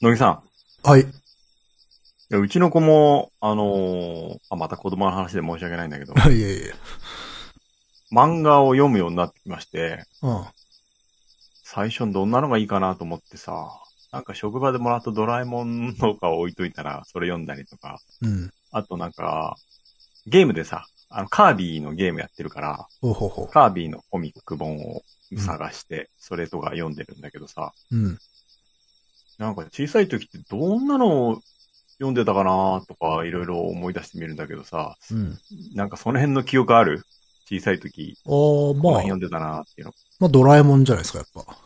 野木さはい。 ん、いやうちの子も、あのーあ、また子供の話で申し訳ないんだけど、 いやいやいや。漫画を読むようになってきまして、うん。最初にどんなのがいいかなと思ってさ、なんか職場でもらったドラえもんとかを置いといたら、それ読んだりとか、うん。あとなんか、ゲームでさ、あの、カービィのゲームやってるから、ほうほうほカービィのコミック本を探して、それとか読んでるんだけどさ、う。うん。なんか小さい時ってどんなのを読んでたかなとか、いろいろ思い出してみるんだけどさ、うん。なんかその辺の記憶ある小さい時、あーこのま辺読あん、でたなっていうの。まあドラえもんじゃないですか、やっぱ。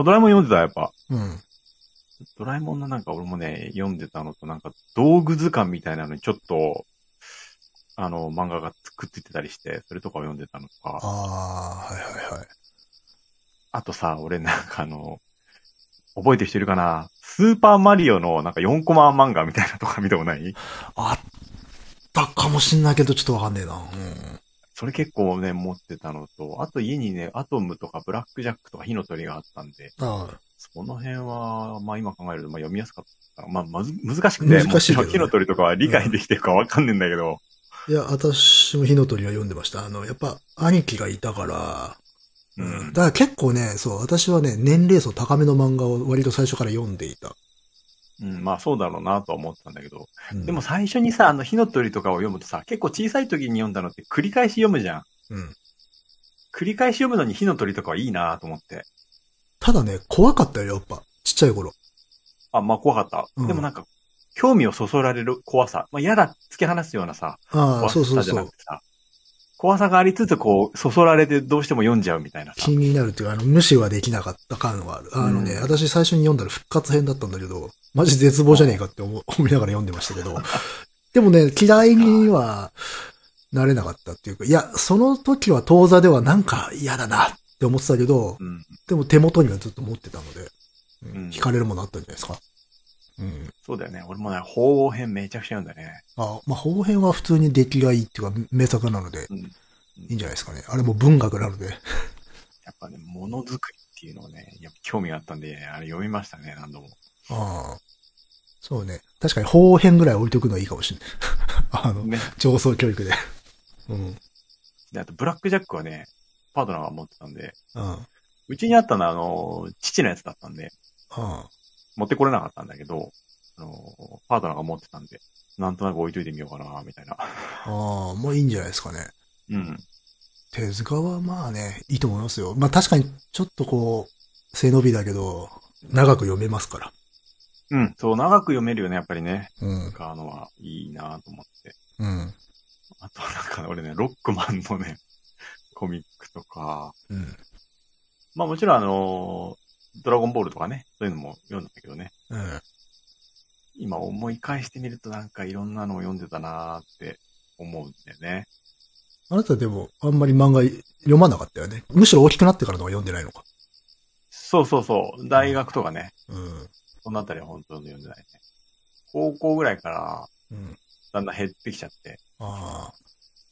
あ、ドラえもん読んでた、やっぱ。うん。ドラえもんのなんか俺もね、読んでたのとなんか道具図鑑みたいなのにちょっと、あの、漫画がくっついてたりして、それとかを読んでたのとか。ああ、はいはいはい。あとさ、俺なんかあの、覚えてる人いるかなスーパーマリオのなんか4コマ漫画みたいなとか見たことないあったかもしんないけど、ちょっとわかんねえな。それ結構ね、持ってたのと、あと家にね、アトムとかブラックジャックとか火の鳥があったんで、うん。あその辺は、まあ今考えるとまあ読みやすかった。まあ、まず、難しくて、難しいけどもちろんね火の鳥とかは理解できてるかわかんねえんだけど、いや、私も火の鳥は読んでました。あの、やっぱ、兄貴がいたから、うんだから結構ね、そう、私はね、年齢層高めの漫画を割と最初から読んでいた。うん、まあそうだろうなとは思ってたんだけど、うんでも、最初にさ、あの火の鳥とかを読むとさ、結構小さい時に読んだのって繰り返し読むじゃん。うん。繰り返し読むのに火の鳥とかはいいなと思って。ただね、怖かったよ、やっぱ。ちっちゃい頃。あ、まあ怖かった。うんでもなんか、興味をそそられる怖さ。まあ嫌だ、突き放すようなさ、あ怖あ、そうそさうじゃそなうく。てさ、怖さがありつつ、こう、そそられてどうしても読んじゃうみたいなさ気。になるっていうか、あの、無視はできなかった感はある。あのね、うん私最初に読んだら復活編だったんだけど、マジ絶望じゃねえかって思う思いながら読んでました けど、でもね、嫌いにはなれなかったっていうか、いや、その時は当座ではなんか嫌だなって思ってたけどう、ん。でも手元にはずっと持ってたので、うんうん惹かれるものあったんじゃないですか。うん。そうだよね。俺もね、法王編めちゃくちゃ読んだね。あ、まあ、方編は普通に出来がいいっていうか、名作なので、うん。いいんじゃないですかね。あれも文学なので。やっぱね、ものづくりっていうのをね、やっぱ興味があったんで、あれ読みましたね、何度も。ああ。そうね。確かに方編ぐらい置いとくのはいいかもしれない。 あの、ね。上層教育で。 うん。うん。で、あと、ブラックジャックはね、パートナーが持ってたんで、あうちにあったのは、あの、父のやつだったんで、あ。持ってこれなかったんだけど、あの、パートナーが持ってたんで、なんとなく置いといてみようかな、みたいな。 ああ、もういいんじゃないですかね。うん。手塚はまあね、いいと思いますよ。まあ確かにちょっとこう、背伸びだけど、長く読めますから。うん、そう、長く読めるよね、やっぱりね。うん。あのはいいなと思って。うん。あと、なんか俺ね、ロックマンのね、コミックとか、うん。まあもちろんあのードラゴンボールとかね、そういうのも読んだんだけどね。うん。今思い返してみるとなんかいろんなのを読んでたなーって思うんだよね。あなたでもあんまり漫画読まなかったよね。むしろ大きくなってからのは読んでないのか。そうそうそう、大学とかね、うん。このあたりは本当に読んでないね。高校ぐらいからうん。だんだん減ってきちゃって。ああ。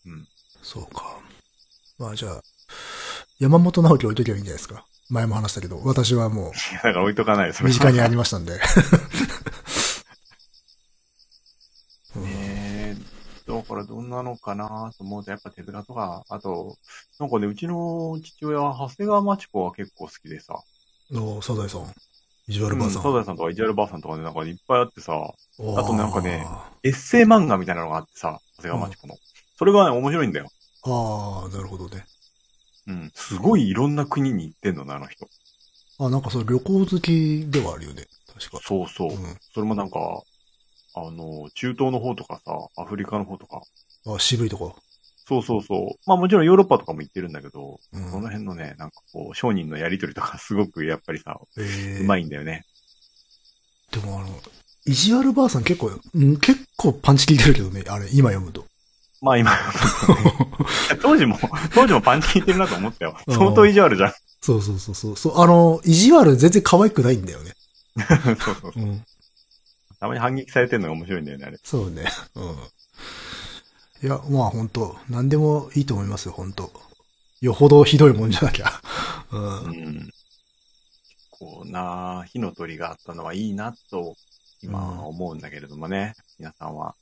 うん。そうか。まあじゃあ、山本直樹置いときゃいいんじゃないですか。前も話したけど、私はも いや、だから置いとかないです。う身近にありまし たんで。うんねえ、だからどんなのかなと思うと、やっぱ手塚とか、あと、なんかね、うちの父親は長谷川町子は結構好きでさ、おサザエさん。ビジュアルうんバーさん。サザエさんとかイジュアルばあさんとかね、なんかいっぱいあってさ、おーあとなんかねエッセイ漫画みたいなのがあってさ、長谷川町子の。それがね、面白いんだよ。ああ、なるほどね。うん。すごいいろんな国に行ってんのね、あの人。あ、なんかそう、旅行好きではあるよね。確か。そうそう。うそれもなんか、あの、中東の方とかさ、アフリカの方とか。ん。あ、渋いとこ。そうそうそう。まあもちろんヨーロッパとかも行ってるんだけど、うそのん。辺のね、なんかこう、商人のやりとりとかすごくやっぱりさ、えうーまいんだよね。でもあの、イジュアルバーさん結構、うん結構パンチ効いてるけどね。あれ、今読むと。まあ今、 当時も、当時もパンチ効いてるなと思ったよ。うん相当意地悪じゃん。 そうそうそうそう。そうあの、意地悪全然可愛くないんだよね。そうそうそううん。たまに反撃されてるのが面白いんだよね、あれ。そうね。うん。いや、まあ本当何でもいいと思い ますよ、本当よほどひどいもんじゃなきゃ。うん。うん。結こうな、火の鳥があったのはいいなと、今思うんだけれどもね、皆さんは、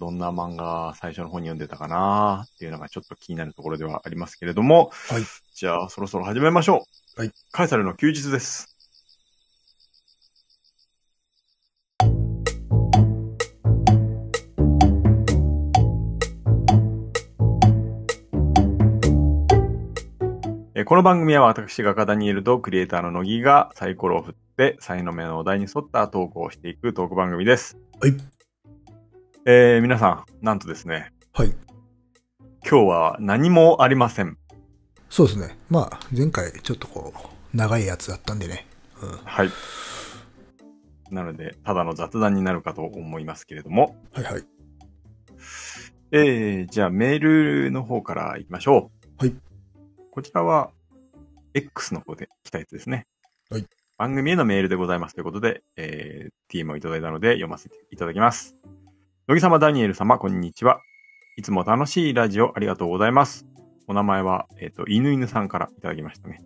どんな漫画最初の本に読んでたかなっていうのがちょっと気になるところではありますけれども、はいじゃあ、そろそろ始めましょう。はい。カエサルの休日です。えーこの番組は私が画家ダニエルとクリエイターの乃木がサイコロを振って、サイの目のお題に沿ったトークをしていくトーク番組です。はい。えー皆さん、なんとですね、はい。今日は何もありません。そうですね。まあ、前回ちょっとこう、長いやつだったんでね。うん。ははい。なので、ただの雑談になるかと思いますけれども。いはい。えー、じゃあメールの方から行きましょう。はい。こちらは、X の方で来たやつですね。はい。番組へのメールでございますということで、えー、DM をいただいたので読ませていただきます。野木様、ダニエル様、こんにちは。いつも楽しいラジオありがとうございます。お名前は、えっ、と、犬犬さんからいただきましたね。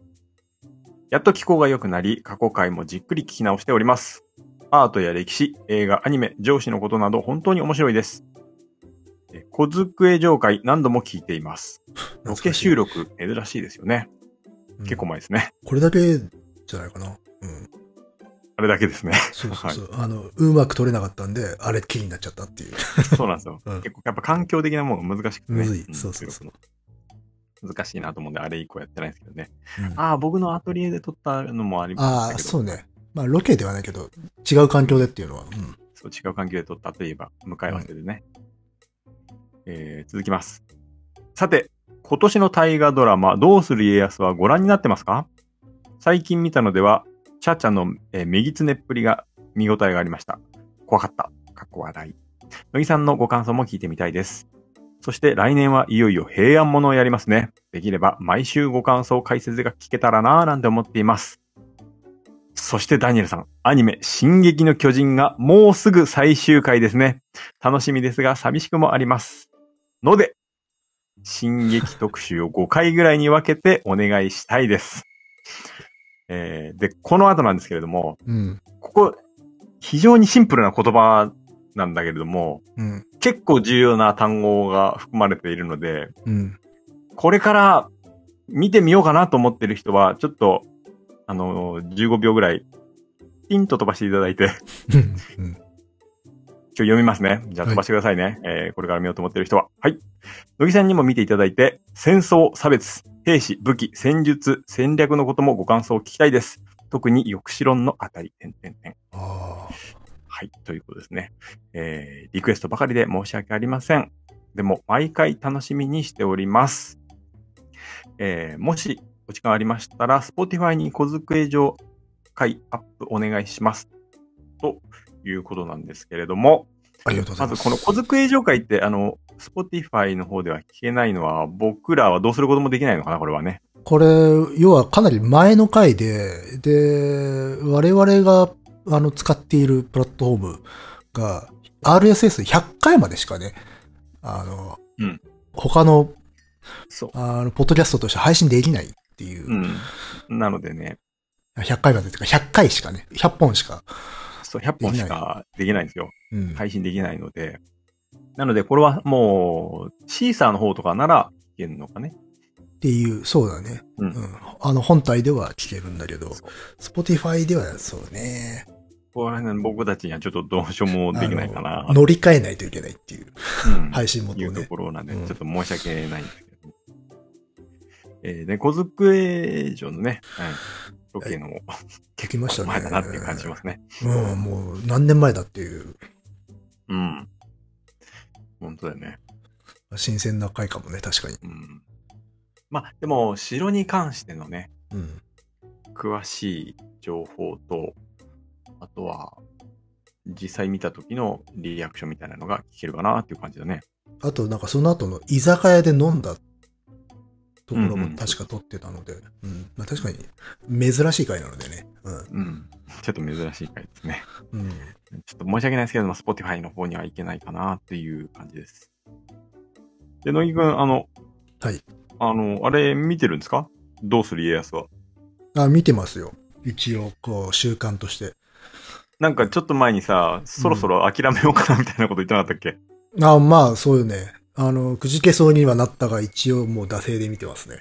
やっと気候が良くなり、過去回もじっくり聞き直しております。アートや歴史、映画、アニメ、上司のことなど本当に面白いです。え小机上会何度も聞いています。ロケ収録、録珍しいですよね。うん結構前ですね。 これだけじゃないかな。うん。あれだけです ね。そうそうそう。あの、うまく撮れなかったんで、あれっきりになっちゃったっていう。そうなんですよ。うん結構やっぱ環境的なものが難しくてね。むずいんそうそうそう難しいなと思うんで、あれ以降やってないんですけどね。うんああ、僕のアトリエで撮ったのもありまあしたあ、けど、そうね。まあ、ロケではないけど、違う環境でっていうのは。うん。そう違う環境で撮ったといえば、向かい合わせでね。えー続きます。さて、今年の大河ドラマ、どうする家康はご覧になってますか最近見たのでは、チャチャの、えー右つねっぷりが見応えがありました。怖かった。かっこ笑い。乃木さんのご感想も聞いてみたいです。そして来年はいよいよ平安物をやりますね。できれば毎週ご感想解説が聞けたらなぁなんて思っています。そしてダニエルさん、アニメ、進撃の巨人がもうすぐ最終回ですね。楽しみですが、寂しくもあります。ので、進撃特集を5回ぐらいに分けてお願いしたいです。えーで、この後なんですけれども、うん。ここ、非常にシンプルな言葉なんだけれども、うん。結構重要な単語が含まれているので、うん。これから見てみようかなと思ってる人は、ちょっと、あの、15秒ぐらい、ピンと飛ばしていた だいて、うんうん。今日読みますね。じゃあは飛いばしてくださいね。えーこれから見ようと思ってる人は。はい。乃木さんにも見ていただいて、戦争、差別、兵士、武器、戦術、戦略のこともご感想を聞きたいです。特に抑止論のあたり、点点点。ああ。はい、ということですね。えー、リクエストばかりで申し訳ありません。でも、毎回楽しみにしております。えー、もし、お時間ありましたら、Spotify に小机上回アップお願いします。ということなんですけれども、ありがとうござまいまずす。この小机上回って、あの、Spotify の方では聞けないのは、僕らはどうすることもできないのかな、これはね。これ、要はかなり前の回で、で、我々があの使っているプラットフォームが RSS100 回までしかね、あの、うん他のそあのポッドキャストとして配信できないっていう、うん。なのでね、 100回までというか100回しかね、100本しか。そう、100本しかできないんですよ。うん。配信できないので、なのでこれはもう、シーサーの方とかなら聞けるのかね。っていう、そうだね。うんうん。あの本体では聞けるんだけどそう、 Spotify ではそうね、ここら辺僕たちにはちょっとどうしようもできないかなあの、乗り換えないといけないっていううん配信元いをうとね。ころなんで、うんちょっと申し訳ないんですけど。えー、で、小机上のね、はい、ロケの聞きましたね。前だなっていう感じしますね。うん、もう何年前だっていう、うん。本当だよね。新鮮な回かもね、確かに。うん。まあ、でも、城に関してのね、うん。詳しい情報と、あとは、実際見た時のリアクションみたいなのが聞けるかなっていう感じだね。あと、なんかその後の居酒屋で飲んだところうんうもん確か撮ってたので、うん、まあ確かに珍しい回なのでね。うん。うん。ちょっと珍しい回ですね。うん。ちょっと申し訳ないですけれども、Spotify の方にはいけないかなっていう感じです。で、乃木くん、あの、はい。あの、あれ見てるんですかどうする家康は。あ、見てますよ。一応、こう、習慣として。なんかちょっと前にさ、そろそろ諦めようかなみたいなこと言ってなかったっけ、あまあ、そうよね。あの、くじけそうにはなったが、一応もう惰性で見てますね。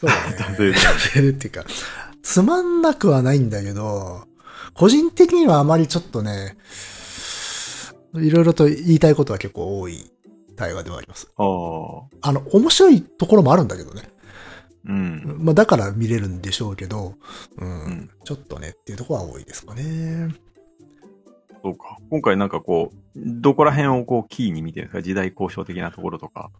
そうだ 惰ね。性で 惰性でっていうか、つまんなくはないんだけど、個人的にはあまりちょっとね、いろいろと言いたいことは結構多い対話ではあります。ああ。あの、面白いところもあるんだけどね。うん。まあ、だから見れるんでしょうけど、うん、うんちょっとねっていうところは多いですかね。そうか。今回なんかこう、どこら辺をこうキーに見てるんですか時代交渉的なところと か、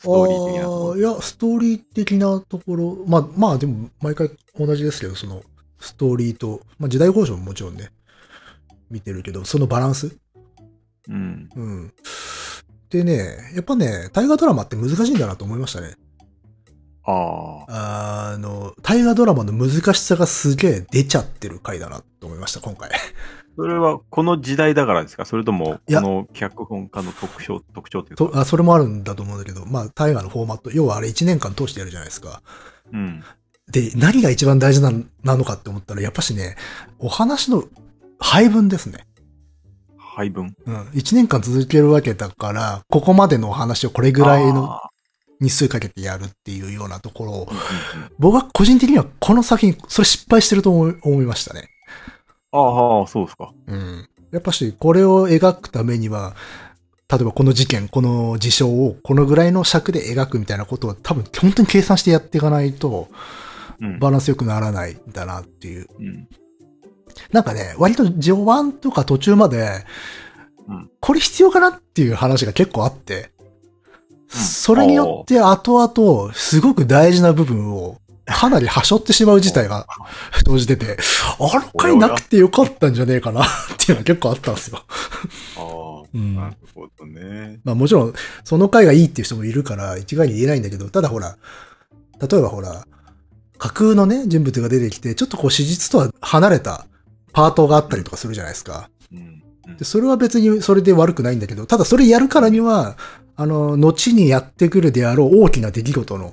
ストーリー的なとこあーいや、ストーリー的なところ、まあ、まあ、でも、毎回同じですけど、その、ストーリーと、まあ、時代交渉ももちろんね、見てるけど、そのバランスろ。うん。うん。でね、やっぱね、大河ドラマって難しいんだなと思いましたね。ああ。あの、大河ドラマの難しさがすげえ出ちゃってる回だなと思いました、今回。それはこの時代だからですかそれとも、いやこの脚本家の特徴、特徴というとか。あそれもあるんだと思うんだけど、まあ、大河のフォーマット、要はあれ1年間通してやるじゃないですか。うん。で、何が一番大事ななのかって思ったら、やっぱしね、お話の配分ですね。配分。うん。1年間続けるわけだから、ここまでのお話をこれぐらいのあ日数かけてやるっていうようなところをー。、うんうんうん僕は個人的にはこの作品、それ失敗してると思い思いましたね。ああ、そうですか。うん。やっぱし、これを描くためには、例えばこの事件、この事象をこのぐらいの尺で描くみたいなことを多分本当に計算してやっていかないとうん。バランス良くならないんだなっていう。うん。なんかね、割と序盤とか途中までうん、これ必要かなっていう話が結構あって、うんそれによって後々すごく大事な部分をかなり端折ってしまう事態 が生じてて、あの回なくてよかったんじゃねえかなっていうのは結構あったんですよ。ああ。うんなるほどね。まあもちろん、その回がいいっていう人もいるから、一概に言えないんだけど、ただほら、例えばほら、架空のね、人物が出てきて、ちょっとこう史実とは離れたパートがあったりとかするじゃないですか。うん。で、それは別にそれで悪くないんだけど、ただそれやるからには、あの、後にやってくるであろう大きな出来事の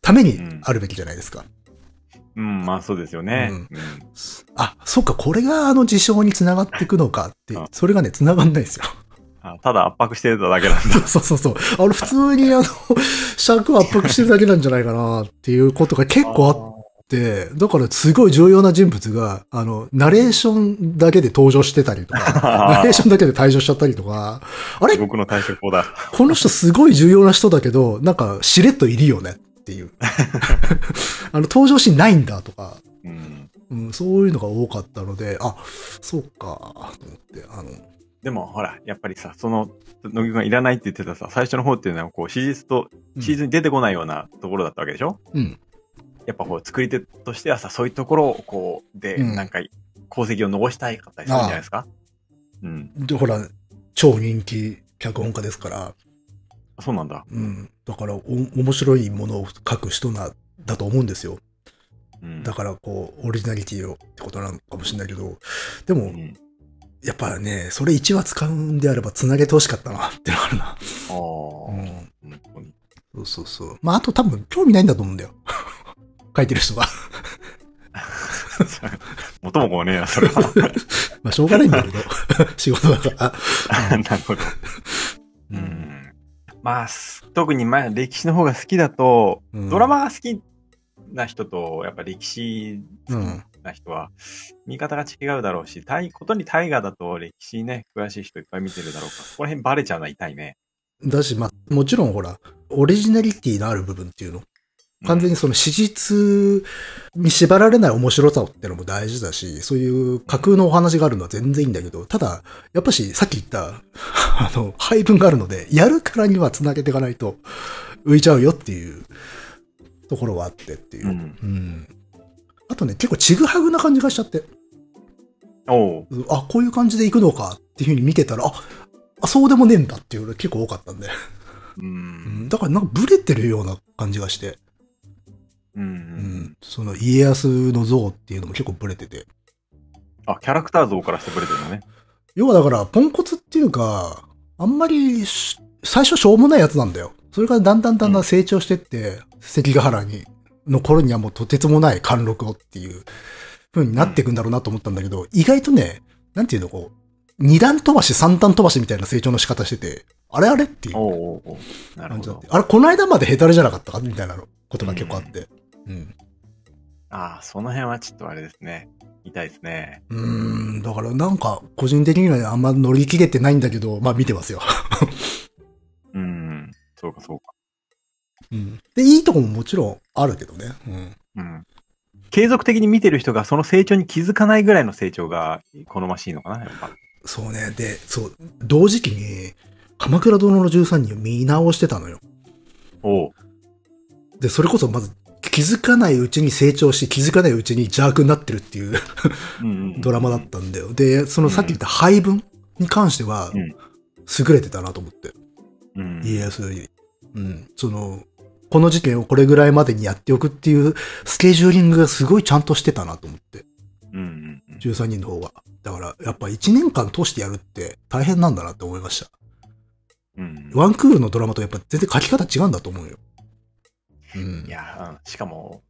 ためにあるべきじゃないですか。うん、まあそうですよね。ううんん。あ、そうか、これがあの事象につながっていくのかってうん、それがね、つながんないんですよ。 あただ圧迫してただけなんだ。そうそうそう。あの、普通 にあの、尺を圧迫してるだけなんじゃないかなっていうことが結構あって、だからすごい重要な人物が、あの、ナレーションだけで登場してたりとか、ナあレーーションだけで退場しちゃったりとか、あ れ地獄の対処法だ。この人すごい重要な人だけど、なんかしれっといるよねっていう。 あの、登場シーンないんだとか、うん。うん、そういうのが多かったので、あ、そうか、と思って、あの、でもほら、やっぱりさ、その、乃木くんがいらないって言ってたさ、最初の方っていうのは、こう、史実と、うん史実に出てこないようなところだったわけでしょ、うん。やっぱこう、作り手としてはさ、そういうところを、こう、で、うんなんか、功績を残したいかったりするんじゃないですかうん。で、ほら、超人気脚本家ですから、そうなんだ。うん。だから、お、面白いものを書く人な、だと思うんですよ。うん。だから、こう、オリジナリティをってことなのかもしれないけど、でうも、ん、やっぱね、それ1話使うんであれば繋げてほしかったな、ってのあるな。ああ、う本ん。当に。 そうそうそう。まあ、あと多分、興味ないんだと思うんだよ。 書いてる人が。元も子もねえな、それ は。 まあ、しょうがないんだけど。 仕事だから。なるほど。うん。まあ、す特に、まあ、歴史の方が好きだと、うんドラマが好きな人と、やっぱ歴史うん。な人は、見方が違うだろうし、タイことにタイガーだと歴史ね、詳しい人いっぱい見てるだろうから、この辺バレちゃうのは痛いね。だし、まあ、もちろんほら、オリジナリティのある部分っていうの完全に。にその史実に縛られない面白さってのも大事だし、そういう架空のお話があるのは全然いいんだけど、ただ、やっぱしさっき言った、 あの、配分があるので、やるからには繋げていかないと浮いちゃうよっていうところはあってっていう。うん。うんあとね、結構ちぐはぐな感じがしちゃって、おうあ、こういう感じで行くのかっていうふうに見てたら、あ、あそうでもねえんだっていうのが結構多かったんで。う。うんんだからなんかブレてるような感じがして。うん。ううんん、その家康の像っていうのも結構ブレてて。あ、キャラクター像からしてくれてるのね。要はだから、ポンコツっていうか、あんまりし、最初しょうもないやつなんだよ。それからだんだんだんだん成長してって、関ヶ原に、の頃にはもうとてつもない貫禄をっていう風になっていくんだろうなと思ったんだけど、意外とね、なんていうの、こう、二段飛ばし、三段飛ばしみたいな成長の仕方してて、あれあれっていうおうおうおうなる感ほじだっどて。。あれ、この間までヘタレじゃなかったかみたいなのことが結構あって。うん。ああ、その辺はちょっとあれですね。痛いですね。うーん、だからなんか、個人的にはねあんま乗り切れてないんだけど、まあ見てますよ。うん。そうか、そうか。うん。で、いいとこももちろんあるけどね。うん。うん。継続的に見てる人がその成長に気づかないぐらいの成長が好ましいのかな、やっぱ。そうね。で、そう、同時期に、鎌倉殿の13人を見直してたのよ。おう。で、それこそまず、気づかないうちに成長し、気づかないうちに邪悪になってるっていううんうんドラマだったんだよ。で、そのさっき言った配分に関しては、うん優れてたなと思って。うん。家康より。うん。その、この事件をこれぐらいまでにやっておくっていうスケジューリングがすごいちゃんとしてたなと思って。うんうんうん。 13人の方が。だから、やっぱ1年間通してやるって大変なんだなって思いました。うんワンクールのドラマとやっぱ全然書き方違うんだと思うよ。うん。いや、うんしかも、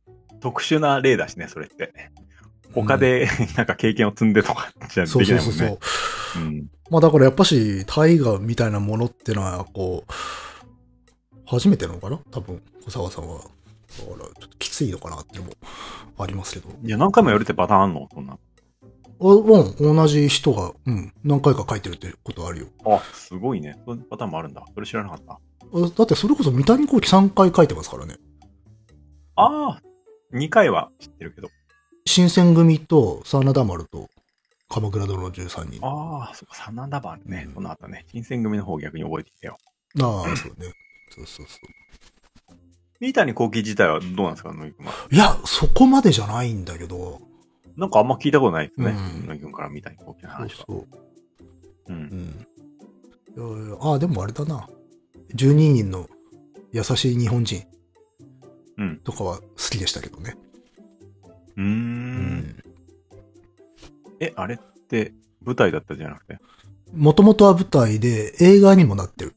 特殊な例だしね、それって。他で、なんか経験を積んでとかじゃでそうきそうないそもうんそうね。。うんまあだからやっぱし、大河みたいなものってのは、こう、初めてなのかな多分、小沢さんは。だから、ちょっときついのかなっていうのもありますけど。いや、何回もやるってパターンあんのそんな。あうん、同じ人が、うん、何回か書いてるってことあるよ。あ、すごいね。そういうパターンもあるんだ。それ知らなかった。あだってそれこそ三谷幸喜3回書いてますからね。ああ、2回は知ってるけど。新選組と真田丸と鎌倉殿の13人。あああ、そっか、サナダバーねう。んその後ね、新選組の方逆に覚えてきたよ。あ、そうね。そうそうそう。三谷幸喜自体はどうなんですか、野井君は。いや、そこまでじゃないんだけど。なんかあんま聞いたことないですね。うん野井君から三谷幸喜のそう話は。そう。う。うんん。いやいやああ、でもあれだな。12人の優しい日本人うんとかは好きでしたけどね。うーん。え、あれって舞台だったじゃなくて。もともとは舞台で映画にもなってる。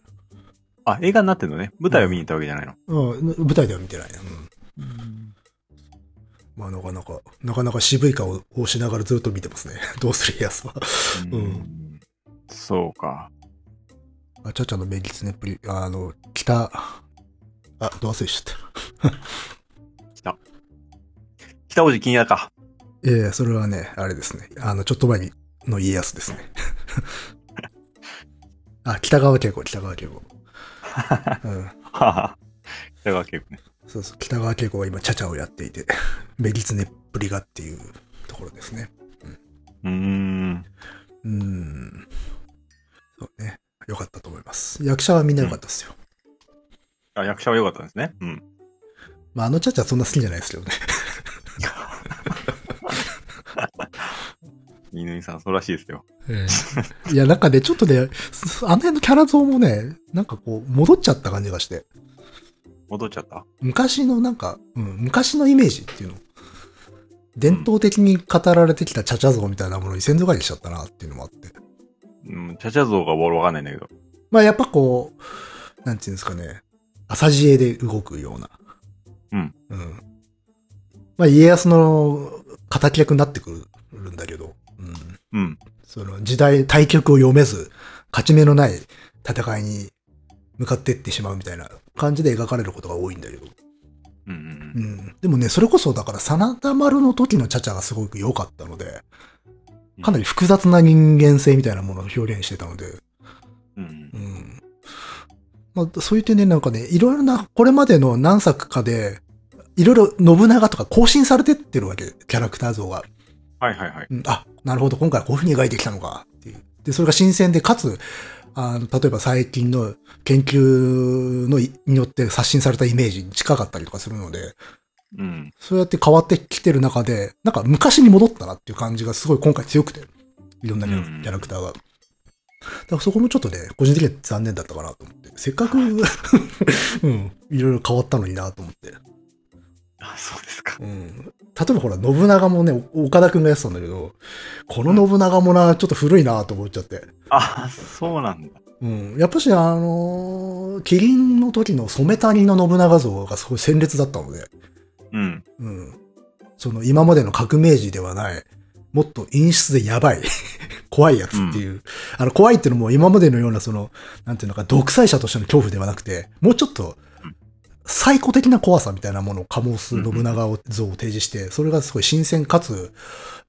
あ、映画になってるのね。舞台を見に行ったわけじゃないの。うん、舞台では見てないね。うん。まあ、なかなか、なかなか渋い顔をしながらずっと見てますね。 どうする家康は。ううんん。そうか。あ、ちゃちゃの名実ねっぷり、あの、北、あ、どう忘れしちゃった。北王子金谷か。ええそれはね、あれですね。あの、ちょっと前にの家康ですね。 あ、北川景子、北川景子。うん。はは。北川景子ね。そうそう、北川景子が今、ちゃちゃをやっていて、名実ねっぷりがっていうところですね。うーん。うーん。そうね。良かったと思います。役者はみんな良かったですよ。あ、役者は良かったんですね。うん。まあ、あのちゃちゃそんな好きじゃないですけどね。犬井さん、そうらしいですよ。いや、なんかね、ちょっとね、すあの辺のキャラ像もね、なんかこう、戻っちゃった感じがして。戻っちゃった昔のなんか、うん、昔のイメージっていうの。伝統的に語られてきたちゃちゃ像みたいなものに先祖返りしちゃったなっていうのもあって。うん、チャチャ像が俺わかんないんだけど。まあやっぱこう、なんていうんですかね、朝知恵で動くような。うん。うん。まあ家康の敵役になってくるんだけど、うん。うん。その時代、対局を読めず、勝ち目のない戦いに向かっていってしまうみたいな感じで描かれることが多いんだけど。うんううんん。でもね、それこそだから、真田丸の時のチャチャがすごく良かったので、うん。かなり複雑な人間性みたいなものを表現してたので、うんうんう。ん。まあ、そういう点でなんかね、いろいろな、これまでの何作かで、いろいろ信長とか更新されてってるわけ、キャラクター像が。はいはいはい。うん、あ、なるほど、今回はこういう風に描いてきたのか、っていう。で、それが新鮮で、かつ、あの、例えば最近の研究のいによって刷新されたイメージに近かったりとかするので、うん。そうやって変わってきてる中で、なんか昔に戻ったなっていう感じがすごい今回強くて、いろんなキャラうんキャラクターが。だからそこもちょっとね、個人的には残念だったかなと思って。せっかく、 うん、いろいろ変わったのになと思って。あ、そうですか。うん。例えばほら、信長もね、お岡田くんがやってたんだけど、この信長もな、ちょっと古いなと思っちゃって。あ、そうなんだ。うん。やっぱし、あのーキリンの時の染谷の信長像がすごい鮮烈だったので、うん。うん。その今までの革命児ではない、もっと陰湿でやばい、 怖いやつっていう、あの、怖いっていうのも今までのようなその、なんていうのか、独裁者としての恐怖ではなくて、もうちょっとうん、最古的な怖さみたいなものを醸す信長を像を提示して、それがすごい新鮮かつ、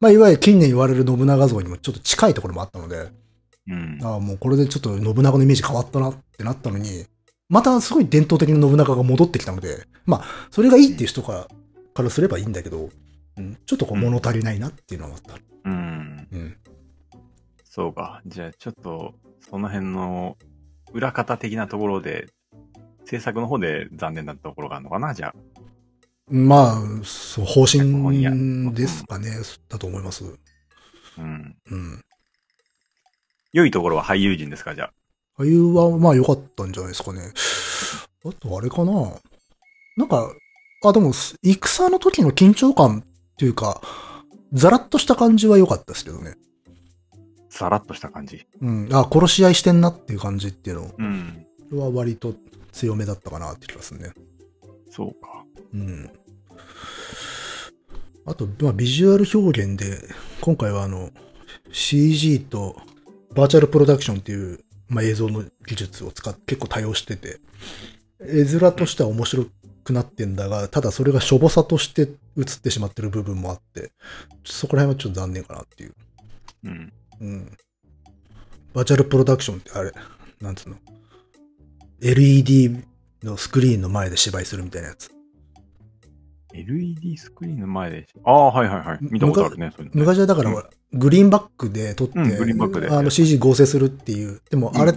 まあ、いわゆる近年言われる信長像にもちょっと近いところもあったので、うん。ああ、もうこれでちょっと信長のイメージ変わったなってなったのに、またすごい伝統的な信長が戻ってきたので、まあ、それがいいっていう人からからすればいいんだけど、うん、ちょっとこう物足りないなっていうのはあった。うん。うん。そうか。じゃあ、ちょっと、その辺の裏方的なところで、制作の方で残念なところがあるのかなじゃあ。まあ、そう方本や針ですかね、だと思います。うん。うん。良いところは俳優陣ですかじゃあ。あゆは、まあ良かったんじゃないですかね。あとあれかななんか、あ、でも、す戦の時の緊張感っていうか、ザラッとした感じは良かったですけどね。さらっとした感じ。うん。あ、殺し合いしてんなっていう感じっていうのうん。は割と強めだったかなって気がするね。そうか。うん。あと、まあ、ビジュアル表現で、今回はあの、CG とバーチャルプロダクションっていう、まあ、映像の技術を使って結構多用してて、絵面としては面白くなってんだが、ただそれがしょぼさとして映ってしまってる部分もあって、そこら辺はちょっと残念かなっていう。うん。うん。バーチャルプロダクションってあれ、なんつうの ?LED のスクリーンの前で芝居するみたいなやつ。 LED スクリーンの前で。ああ、はいはいはい。見たことあるね。そういうのね昔はだから、うんほらグリーンバックで撮って、うんグリーンバックであの CG 合成するっていう。でもうんあれ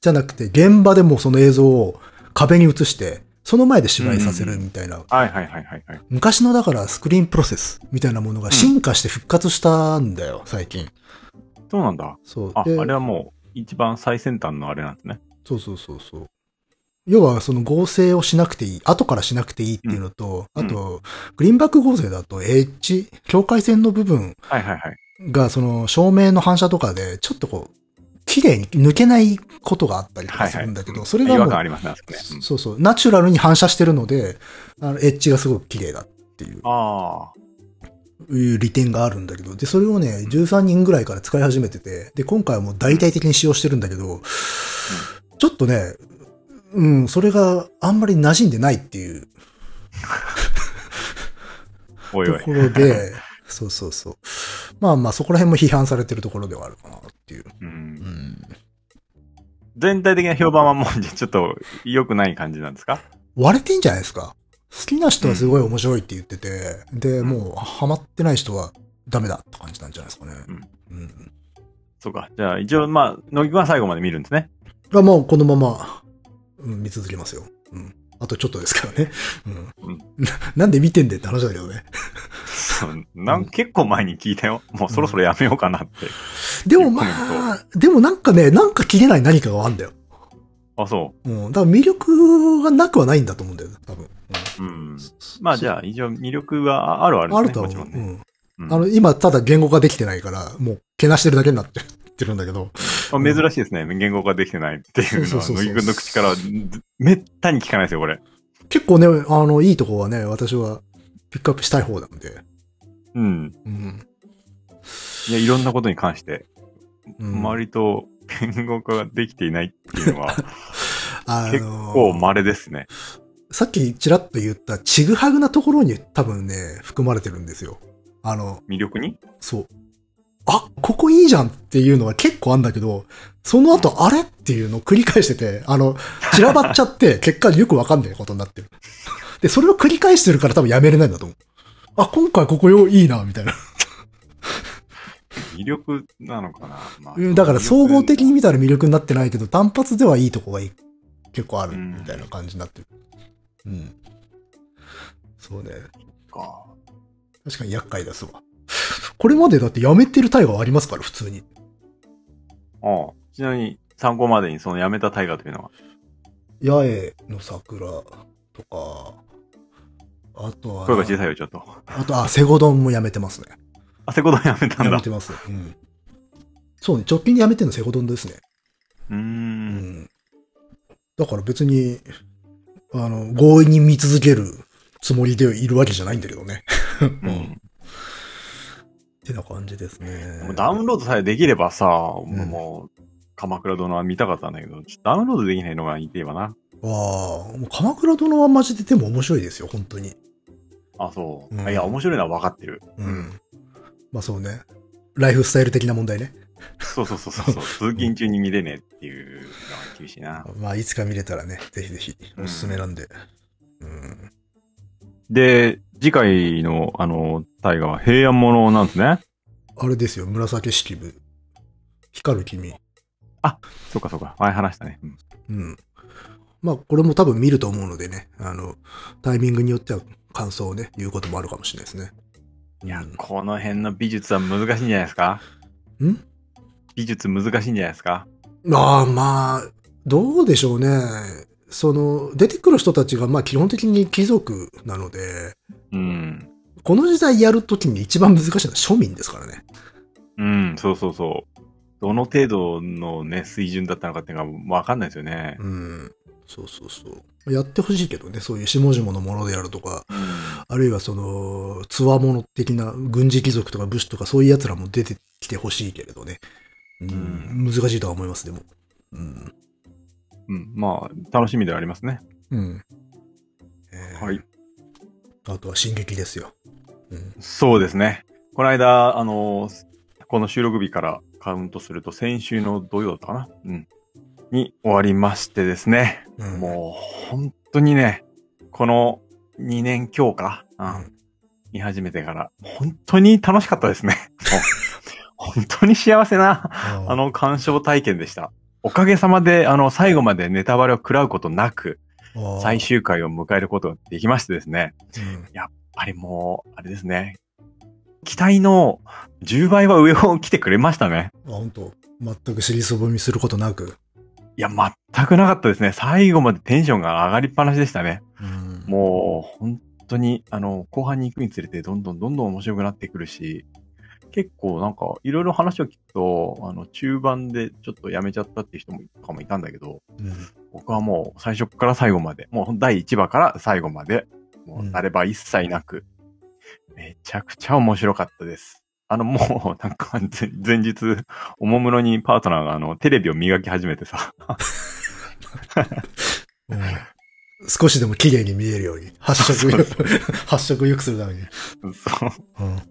じゃなくて、現場でもうその映像を壁に映して、その前で芝居させるみたいな。はいはいはいはいはい。昔のだからスクリーンプロセスみたいなものが進化して復活したんだよ、最近。そうなんだ。そう。あ、あでれはもう、一番最先端のあれなんですね。そうそうそうそう。要は、その合成をしなくていい、後からしなくていいっていうのと、うんあと、グリーンバック合成だと、エッジ、境界線の部分はいはいはい。が、その、照明の反射とかで、ちょっとこう、綺麗に抜けないことがあったりとはかいすはるい。んだけど、それが違も和う感ありますね。あそこねうんそうそう、ナチュラルに反射してるので、あのエッジがすごく綺麗だっていうあいう利点があるんだけど、で、それをね、13人ぐらいから使い始めてて、で、今回はもう大々的に使用してるんだけど、ちょっとね、うん、それがあんまり馴染んでないっていうあ、おいとおい。ころで、そうそうそう。まあまあ、そこら辺も批判されてるところではあるかなっていう。う、うんん。全体的な評判はもう、じゃあちょっと良くない感じなんですか割れてんじゃないですか。好きな人はすごい面白いって言ってて、で、んもう、ハマってない人はダメだって感じなんじゃないですかね。うん。そうか。じゃあ、一応、まあ、乃木くんは最後まで見るんですね。が、もうこのまま、うん、見続けますよ。うん。あとちょっとですからね。うん。うんななんで見てんでって話だけどね。そうなうんん結構前に聞いたよ。もうそろそろやめようかなって。でもまコメあ、でもなんかね、なんか切れない何かがあるんだよ。あ、そうん。だから魅力がなくはないんだと思うんだよ、多分。うんう。うん。まあ、じゃあ、一応魅力はあるはあるんあでするとね。はもち思ろう。んね。うん。うんあの、今、ただ言語化できてないから、もう、けなしてるだけになってるってるんだけど。まあ珍しいですね。言語化できてないっていうそのうは、そうそうそう乃木くんの口からはめったに聞かないですよ、これ。結構ね、あの、いいとこはね、私は、ピックアップしたい方なんで。うん。うん。いや、いろんなことに関して、うん、割と言語化ができていないっていうの は、あのー結構稀ですね。さっきちらっと言ったちぐはぐなところに多分ね、含まれてるんですよ。あの、魅力にそう。あ、ここいいじゃんっていうのは結構あんだけど、その後あれっていうのを繰り返してて、あの、散らばっちゃって、結果よくわかんないことになってる。で、それを繰り返してるから多分やめれないんだと思う。あ、今回ここよ、いいな、みたいな。魅力なのかな、まうんだから総合的にに。見たら魅力になってないけど、単発ではいいとこがいい結構ある、うんみたいな感じになってる。うん。そうね。か確かに厄介ですわ。これまでだってやめてるタイガーありますから、普通に。ああちなみに、参考までにその辞めた大河というのは。八重の桜とか、あとは、声が小さいよ、ちょっと。あと、あ、セゴドンもやめてますね。あせこと辞めたやんだ。めうてます。うん。そうね、直近でやめてるのセゴドンですね。ー。うんだから別に、あの、強引に見続けるつもりでいるわけじゃないんだけどね。ううんん。ってな感じですね。もうダウンロードさえできればさ、んもう、鎌倉殿は見たかったんだけど、ちょっとダウンロードできないのがいてえわな。ああ、もう鎌倉殿はマジででも面白いですよ、本当に。あ、そう。うんあいや、面白いのは分かってる。うん。まあそうね。ライフスタイル的な問題ね。そうそうそうそう そう。通勤中に見れねえっていうのが厳しいな。まあいつか見れたらね、ぜひぜひ、おすすめなんで。うん。で、次回の、あの、大河は平安物なんですね。あれですよ、紫式部。光る君。そうかそうか。前話したね。うんうん。まあこれも多分見ると思うのでね、あの、タイミングによっては感想をね、言うこともあるかもしれないですね。いやう、んこの辺の美術は難しいんじゃないですかん美術難しいんじゃないですかああ、まあ、どうでしょうね。その、出てくる人たちが、まあ基本的に貴族なので、うん。この時代やるときに一番難しいのは庶民ですからね。うん、そうそうそう。どの程度のね、水準だったのかっていうのが分かんないですよね。うん。そうそうそう。やってほしいけどね、そういう下々のものであるとか、うんあるいはその、つわもの的な軍事貴族とか武士とかそういう奴らも出てきてほしいけれどね。うん、難しいとは思います、でも。うん。うん、まあ、楽しみではありますね。うん。えーはい。あとは進撃ですよ。うん。そうですね。この間、あの、この収録日からカウントすると、先週の土曜だったかなうん。に終わりましてですね。うん、もう、本当にね、この2年強か、ううんん。見始めてから、本当に楽しかったです ね。もう本当に幸せな、ああ、の、鑑賞体験でした。おかげさまで、あの、最後までネタバレを食らうことなく、あー最。終回を迎えることができましてですね。うんやっぱりもう、あれですね。期待の10倍は上を来てくれましたね。あ、本当全く尻すぼみすることなく。いや、全くなかったですね。最後までテンションが上がりっぱなしでしたね。うんもう、本当に、あの、後半に行くにつれて、どんどんどんどん面白くなってくるし、結構なんか、いろいろ話を聞くと、あの、中盤でちょっとやめちゃったっていう人も、とかもいたんだけど、うん僕はもう最初から最後まで、もう第1話から最後まで、もうあれば一切なく、めちゃくちゃ面白かったです。あの、もう、なんか、前 前日、おもむろにパートナーが、あの、テレビを磨き始めてさ、うん少しでも綺麗に見えるように、発色よく、発色よくするために。そううん。うん。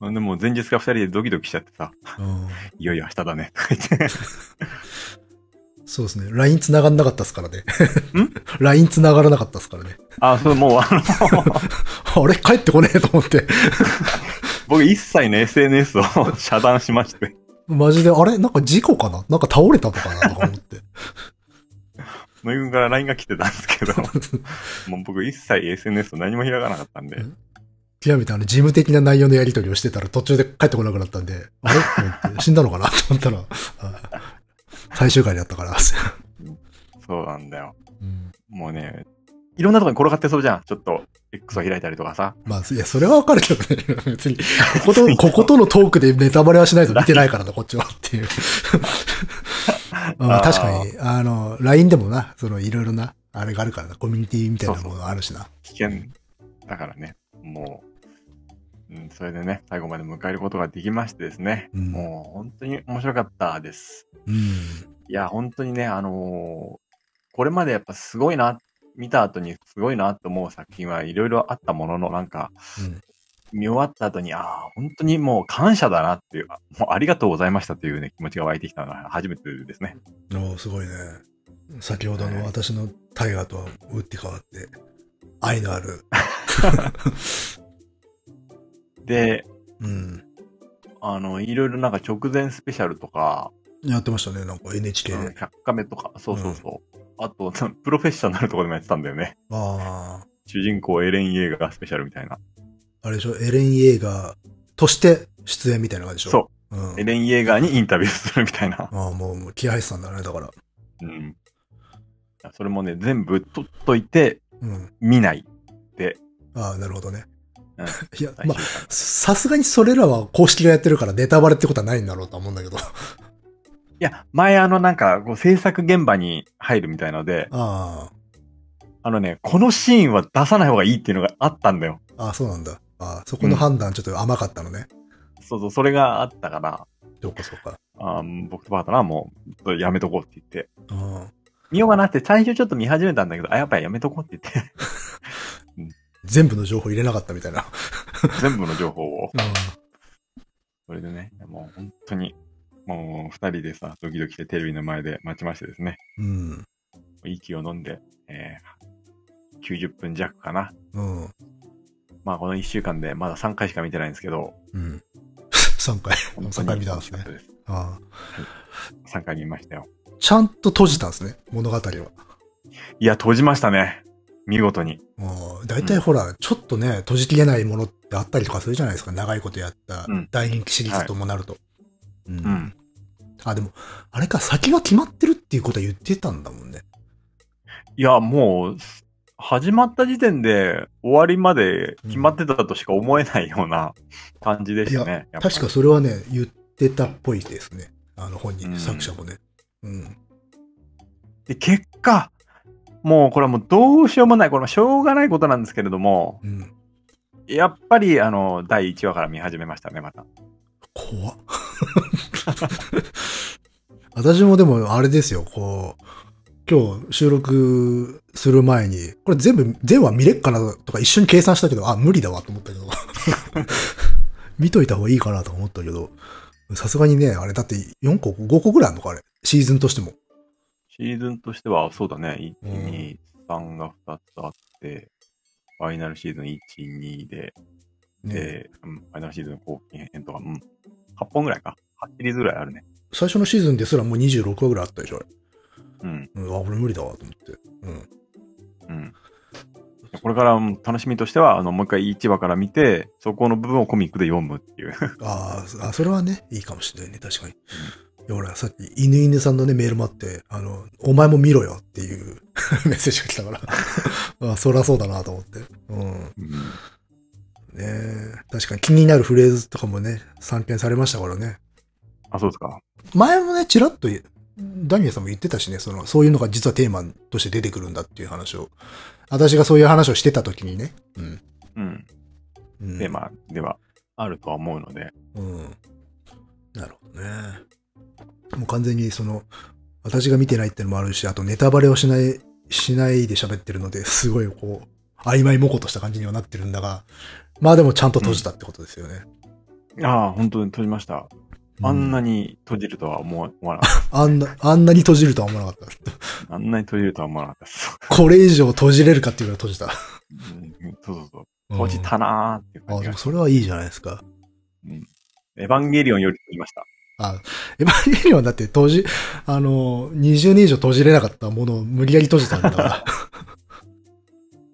ほんでもう前日から二人でドキドキしちゃってさ、いよいよ明日だね、とか言って。そうですね。LINE 繋がんなかったっす からね。ん ?LINE 繋がらなかったっすからね。あ、そう、もう、あの、あれ帰ってこねえと思って。僕一切ね、SNS を 遮断しまして。マジで、あれなんか事故かななんか倒れたのかなとか思って。 野井君から LINE が来てたんですけど、もう僕一切 SNS を何も開かなかったんでう、ん極めてあの、事務的な内容のやり取りをしてたら途中で帰ってこなくなったんで、あれと思って死んだのかなと思ったら、あ最終回だったから。そうなんだよ。うんもうね、いろんなとこに転がってそうじゃん。ちょっと、X を開いたりとかさ。まあ、いや、それはわかるけどね。 別に、ここと、こことのトークでネタバレはしないと見てないからな、こっちはっていう。まあ、あー確かに、あの、LINE でもな、その、いろいろな、あれがあるからな、コミュニティみたいなものがあるしな。危険だからね、もう、うん、それでね、最後まで迎えることができましてですね、うんもう本当に面白かったです。うん。いや、本当にね、あのーこれまでやっぱすごいな、見た後にすごいなと思う作品はいろいろあったものの、なんか、うん見終わった後に、ああ、本当にもう感謝だなっていう、もうありがとうございましたというね、気持ちが湧いてきたのは初めてですね。おーすごいね。先ほどの私のタイガーとは打って変わって、愛のある。で、うん。あの、いろいろなんか直前スペシャルとか、やってましたね、なんか NHK で。 100カメとか、そうそうそう。あと、プロフェッショナルとかでもやってたんだよね。ああ。主人公エレン・イエーガースペシャルみたいな。あれでしょ、エレン・イエーガーとして出演みたいな感じでしょ。。そううんエ。レン・イエーガーにインタビューするみたいな。ああ、もう、もう気配さんだね、だから。うん。それもね、全部取っといて、うん。見ない。ああ、なるほどね。うん いや、最終まあ、さすがにそれらは公式がやってるからネタバレってことはないんだろうとは思うんだけど。あいや、前あの、なんか、こう制作現場に入るみたいので、あ、ああのね、このシーンは出さない方がいいっていうのがあったんだよ。ああ、そうなんだ。ああ、そこの判断ちょっと甘かったのね。そうそう、それがあったから、そうか、そうか。あー僕とパートナーはもう、やめとこうって言って。うん。見ようかなって最初ちょっと見始めたんだけど、あ、やっぱりやめとこうって言って、全部の情報入れなかったみたいな。 全部の情報を。うん。それでね、もう本当に、もう二人でさ、ドキドキしてテレビの前で待ちましてですね、うん。息を飲んで、えー90分弱かな。うん。まあこの1週間でまだ3回しか見てないんですけど、うん。3回、3回見たんですね。です。あ3回見ましたよ。あちゃんと閉じたんですね、物語は。いや、閉じましたね。見事に。もう、大体ほら、ちょっとね、閉じきれないものってあったりとかするじゃないですか、長いことやったうん大人気シリーズともなると。うんんあ、でも、あれか、先が決まってるっていうことは言ってたんだもんね。いや、もう、始まった時点で終わりまで決まってたとしか思えないような感じでしたね。やっぱり確かそれはね、言ってたっぽいですね。あの本人、うん作者もね。うん。で、結果、もうこれはもうどうしようもない、これはしょうがないことなんですけれども、うん。やっぱりあの、第1話から見始めましたね、また。怖っ。私もでも、あれですよ、こう、今日収録する前に、これ全部、全話見れっかなとか一瞬計算したけど、あ、無理だわと思ったけど。 見といた方がいいかなとか思ったけど、さすがにね、あれだって4個、5個ぐらいあるのか、あれ。シーズンとしても。シーズンとしては、そうだね、1、うん2、3が2つあって、ファイナルシーズン1、2で、ね、で、うん、ファイナルシーズン後期編とか、うん、8本ぐらいか。8シリーズぐらいあるね。最初のシーズンですらもう26話ぐらいあったでしょ、あれ。うん、うん、あ、俺無理だわと思って。うん。うん。これからうん楽しみとしては、あの、もう一回1話から見て、そこの部分をコミックで読むっていう。あーあ、それはね、いいかもしれないね、確かに。いや、俺はさっき、犬犬さんのね、メールもあって、あの、お前も見ろよっていう メッセージが来たから、あ そりゃそうだなと思って。うん。ねうんえ確かに気になるフレーズとかもね、散見されましたからね。 あ、そうですか。前もね、ちらっと、ダニエルさんも言ってたしね、その、そういうのが実はテーマとして出てくるんだっていう話を。私がそういう話をしてた時にね。うん。うん。うん、テーマではあるとは思うので、うん。なるほどね。もう完全にその、私が見てないってのもあるし、あとネタバレをしない、しないで喋ってるので、すごいこう、曖昧もことした感じにはなってるんだが、まあでもちゃんと閉じたってことですよね。ああ、本当に閉じました。あんなに閉じるとは思わ思わなかっあんな、あんなに閉じるとは思わなかった。た。あんなに閉じるとは思わなかったです。これ以上閉じれるかっていうぐらい閉じた。うんそうそうそう。閉じたなーっていううん。感あ、じでがも。それはいいじゃないですか。エヴァンゲリオンより閉じました。あ、エヴァンゲリオンだって閉じ、あの、20年以上閉じれなかったものを無理やり閉じたんだ から。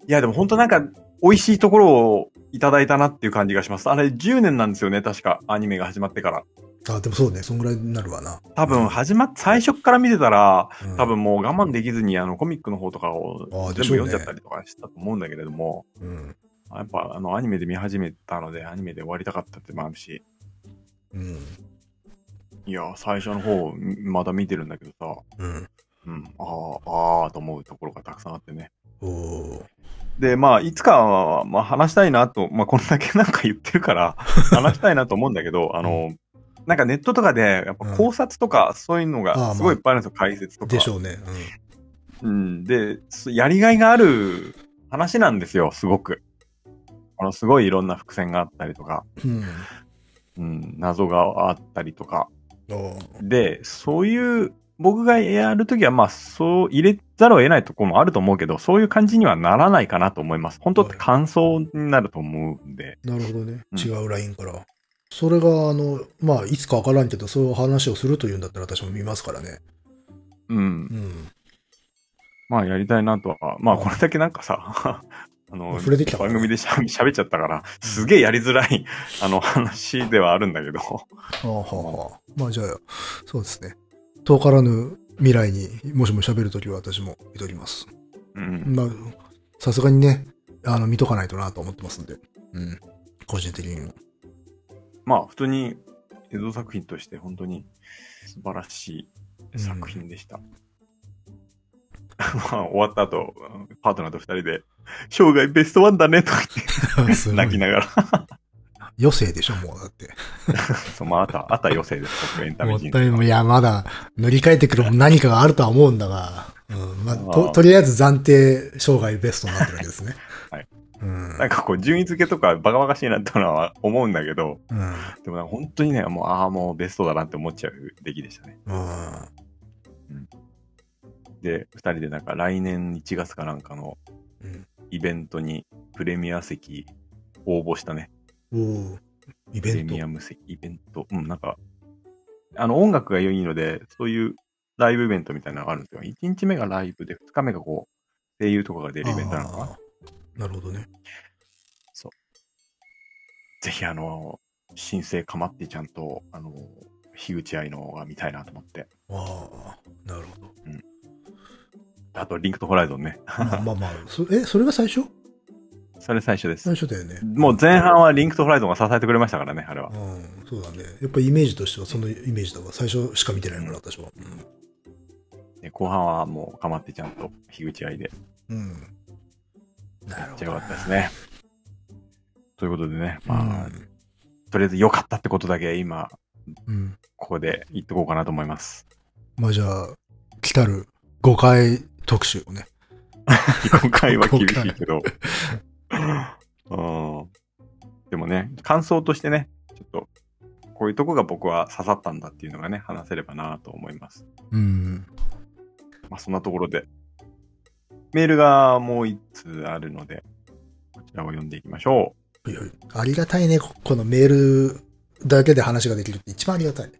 いや、でも本当なんか、美味しいところをいただいたなっていう感じがします。あれ10年なんですよね、確か。アニメが始まってから。あ、でもそうね、そんぐらいになるわな。多分、始まっ、最初から見てたら、うん多分もう我慢できずに、あの、コミックの方とかをあー全部でしょう読ねんじゃったりとかしたと思うんだけれども、うん。やっぱ、あの、アニメで見始めたので、アニメで終わりたかったってのもあるし、うん。いや、最初の方、まだ見てるんだけどさ、うん。うん、ああ、ああ、と思うところがたくさんあってね。おーで、まあ、いつかは、まあ、話したいなと、まあ、こんだけなんか言ってる から、話したいなと思うんだけど、あの、なんかネットとかで、やっぱ考察とか、そういうのああがすごいいっぱいあるんですよ、解説とか。でしょうね。うん。で、すやりがいがある話なんですよ、すごく。あの、すごいいろんな伏線があったりとか、うん。うん。うん、謎があったりとか。おで、そういう、僕がやるときは、まあ、そう入れざるを得ないところもあると思うけど、そういう感じにはならないかなと思います。本当って感想になると思うんで。なるほどね。うん違うラインから。それが、あの、まあ、いつかわからんけど、そういう話をするというんだったら私も見ますからね。うん。うん。まあ、やりたいなとは。まあ、これだけなんかさ、 あの、触れてきたから番組ねでしゃ喋っちゃったから、すげえやりづらい、あの、話ではあるんだけど。あははまあ、じゃあ、そうですね。遠からぬ未来に、もしも喋るときは私も見ときます。うん。まあ、さすがにね、あの、見とかないとなと思ってますんで。うん。個人的 にも。 まあ、普通に映像作品として本当に素晴らしい作品でした。 まあ、終わった後、パートナーと二人で、生涯ベストワンだね、とかす言って、ご泣きい。ながら。 余生でしょ、もうだって。そう、まあ、あとは、あとは余生です、僕エンタもメっ人た生いはも、いや、まだ塗り替えてくる何かがあるとは思うんだが、うん、まあ、あと、ー。とりあえず暫定生涯ベストになってるわけですね はい。うん。なんかこう、順位付けとかバカバカしいなってのは思うんだけど、うん。でもなんか本当にね、もう、ああ、もうベストだなって思っちゃう出来でしたね。うん。で、二人でなんか来年1月かなんかのうんイベントにプレミア席応募したね。おープイベレンミト。アム席、イベント。うん、なんか、あの音楽が良いので、そういうライブイベントみたいなのがあるんですよ。1日目がライブで、2日目がこう、声優とかが出るイベントなのかな。あーなるほどね。ぜひあの、新生かまってちゃんと、あの、樋口愛のが見たいなと思って。ああ、なるほ ど。あと、リンクとホライゾンね。 まあまあまあ、そえ、それが最初それ最初です最。初だよね。もう前半はリンクとホライゾンが支えてくれましたからね、あれは。うん、そうだね。やっぱイメージとしてはそのイメージだわ。最初しか見てないから、私は。で後半はもう、かまってちゃんと樋口愛で、うん。うん、なめるっほちどゃ良な。かったですね。ということでね、まあ、うんとりあえず良かったってことだけ今、うん。ここで言っとこうかなと思います。まあじゃあ、来たる5回特集をね。今回は厳しいけど。うんでもね、感想としてね、ちょっと、こういうとこが僕は刺さったんだっていうのがね、話せればなと思います。うん。まあ、そんなところで、メールがもう一通あるので、こちらを読んでいきましょはいはいありがたいね。ここのメールだけで話ができるって一番ありがたい。う。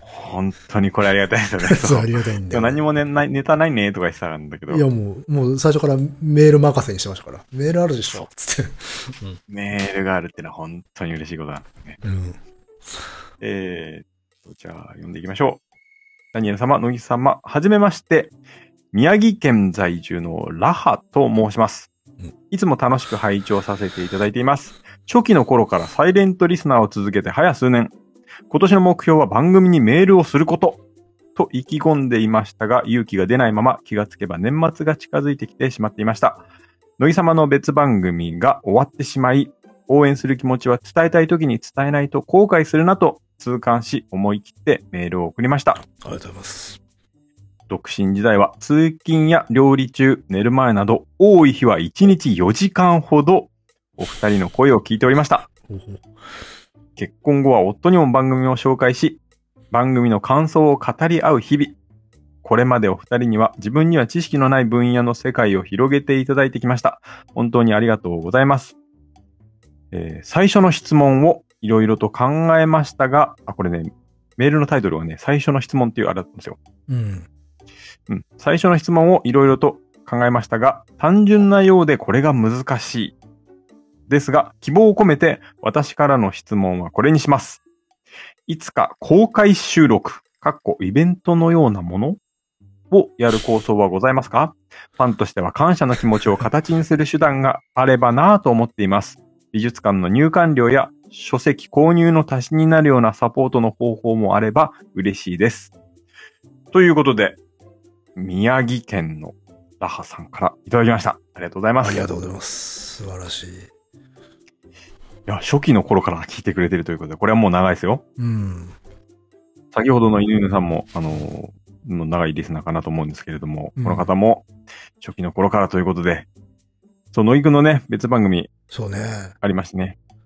本当にこれありがたいですよね。 そう、ありがたいんでだもよ。何もね、ないネタないねとか言ってたんだけどい、や、もう、もう最初からメール任せにしてましたから。メールあるでしそうょつって。メールがあるってのは本当に嬉しいことなんですね。うん。えーと、じゃあ、読んでいきましょう。ダニエル様、野木様、はじめまして。宮城県在住のラハと申しますうん。いつも楽しく拝聴させていただいています。初期の頃からサイレントリスナーを続けて早数年。今年の目標は番組にメールをすること。と意気込んでいましたが、勇気が出ないまま気がつけば年末が近づいてきてしまっていました。野木様の別番組が終わってしまい、応援する気持ちは伝えたい時に伝えないと後悔するなと痛感し思い切ってメールを送りました。ありがとうございます。独身時代は通勤や料理中、寝る前など多い日は1日4時間ほどお二人の声を聞いておりました。ほうほう結婚後は夫にも番組を紹介し、番組の感想を語り合う日々。これまでお二人には自分には知識のない分野の世界を広げていただいてきました。本当にありがとうございます。えー最初の質問をいろいろと考えましたが、あ、これね、メールのタイトルはね、最初の質問っていうあれだったんですよ。うん。うん。最初の質問をいろいろと考えましたが、単純なようでこれが難しい。ですが、希望を込めて私からの質問はこれにします。いつか公開収録、かっこイベントのようなものをやる構想はございますかファンとしては感謝の気持ちを形にする手段があればなぁと思っています。美術館の入館料や書籍購入の足しになるようなサポートの方法もあれば嬉しいです。ということで、宮城県のラハさんからいただきました。ありがとうございます。ありがとうございます。素晴らしい。いや、初期の頃から聞いてくれてるということで、これはもう長いですよ。うん。先ほどの犬犬さんも、あのーもう長いリスナーかなと思うんですけれども、うんこの方も初期の頃からということで、そう、野井くんのね、別番組そうね。ありましてね。そ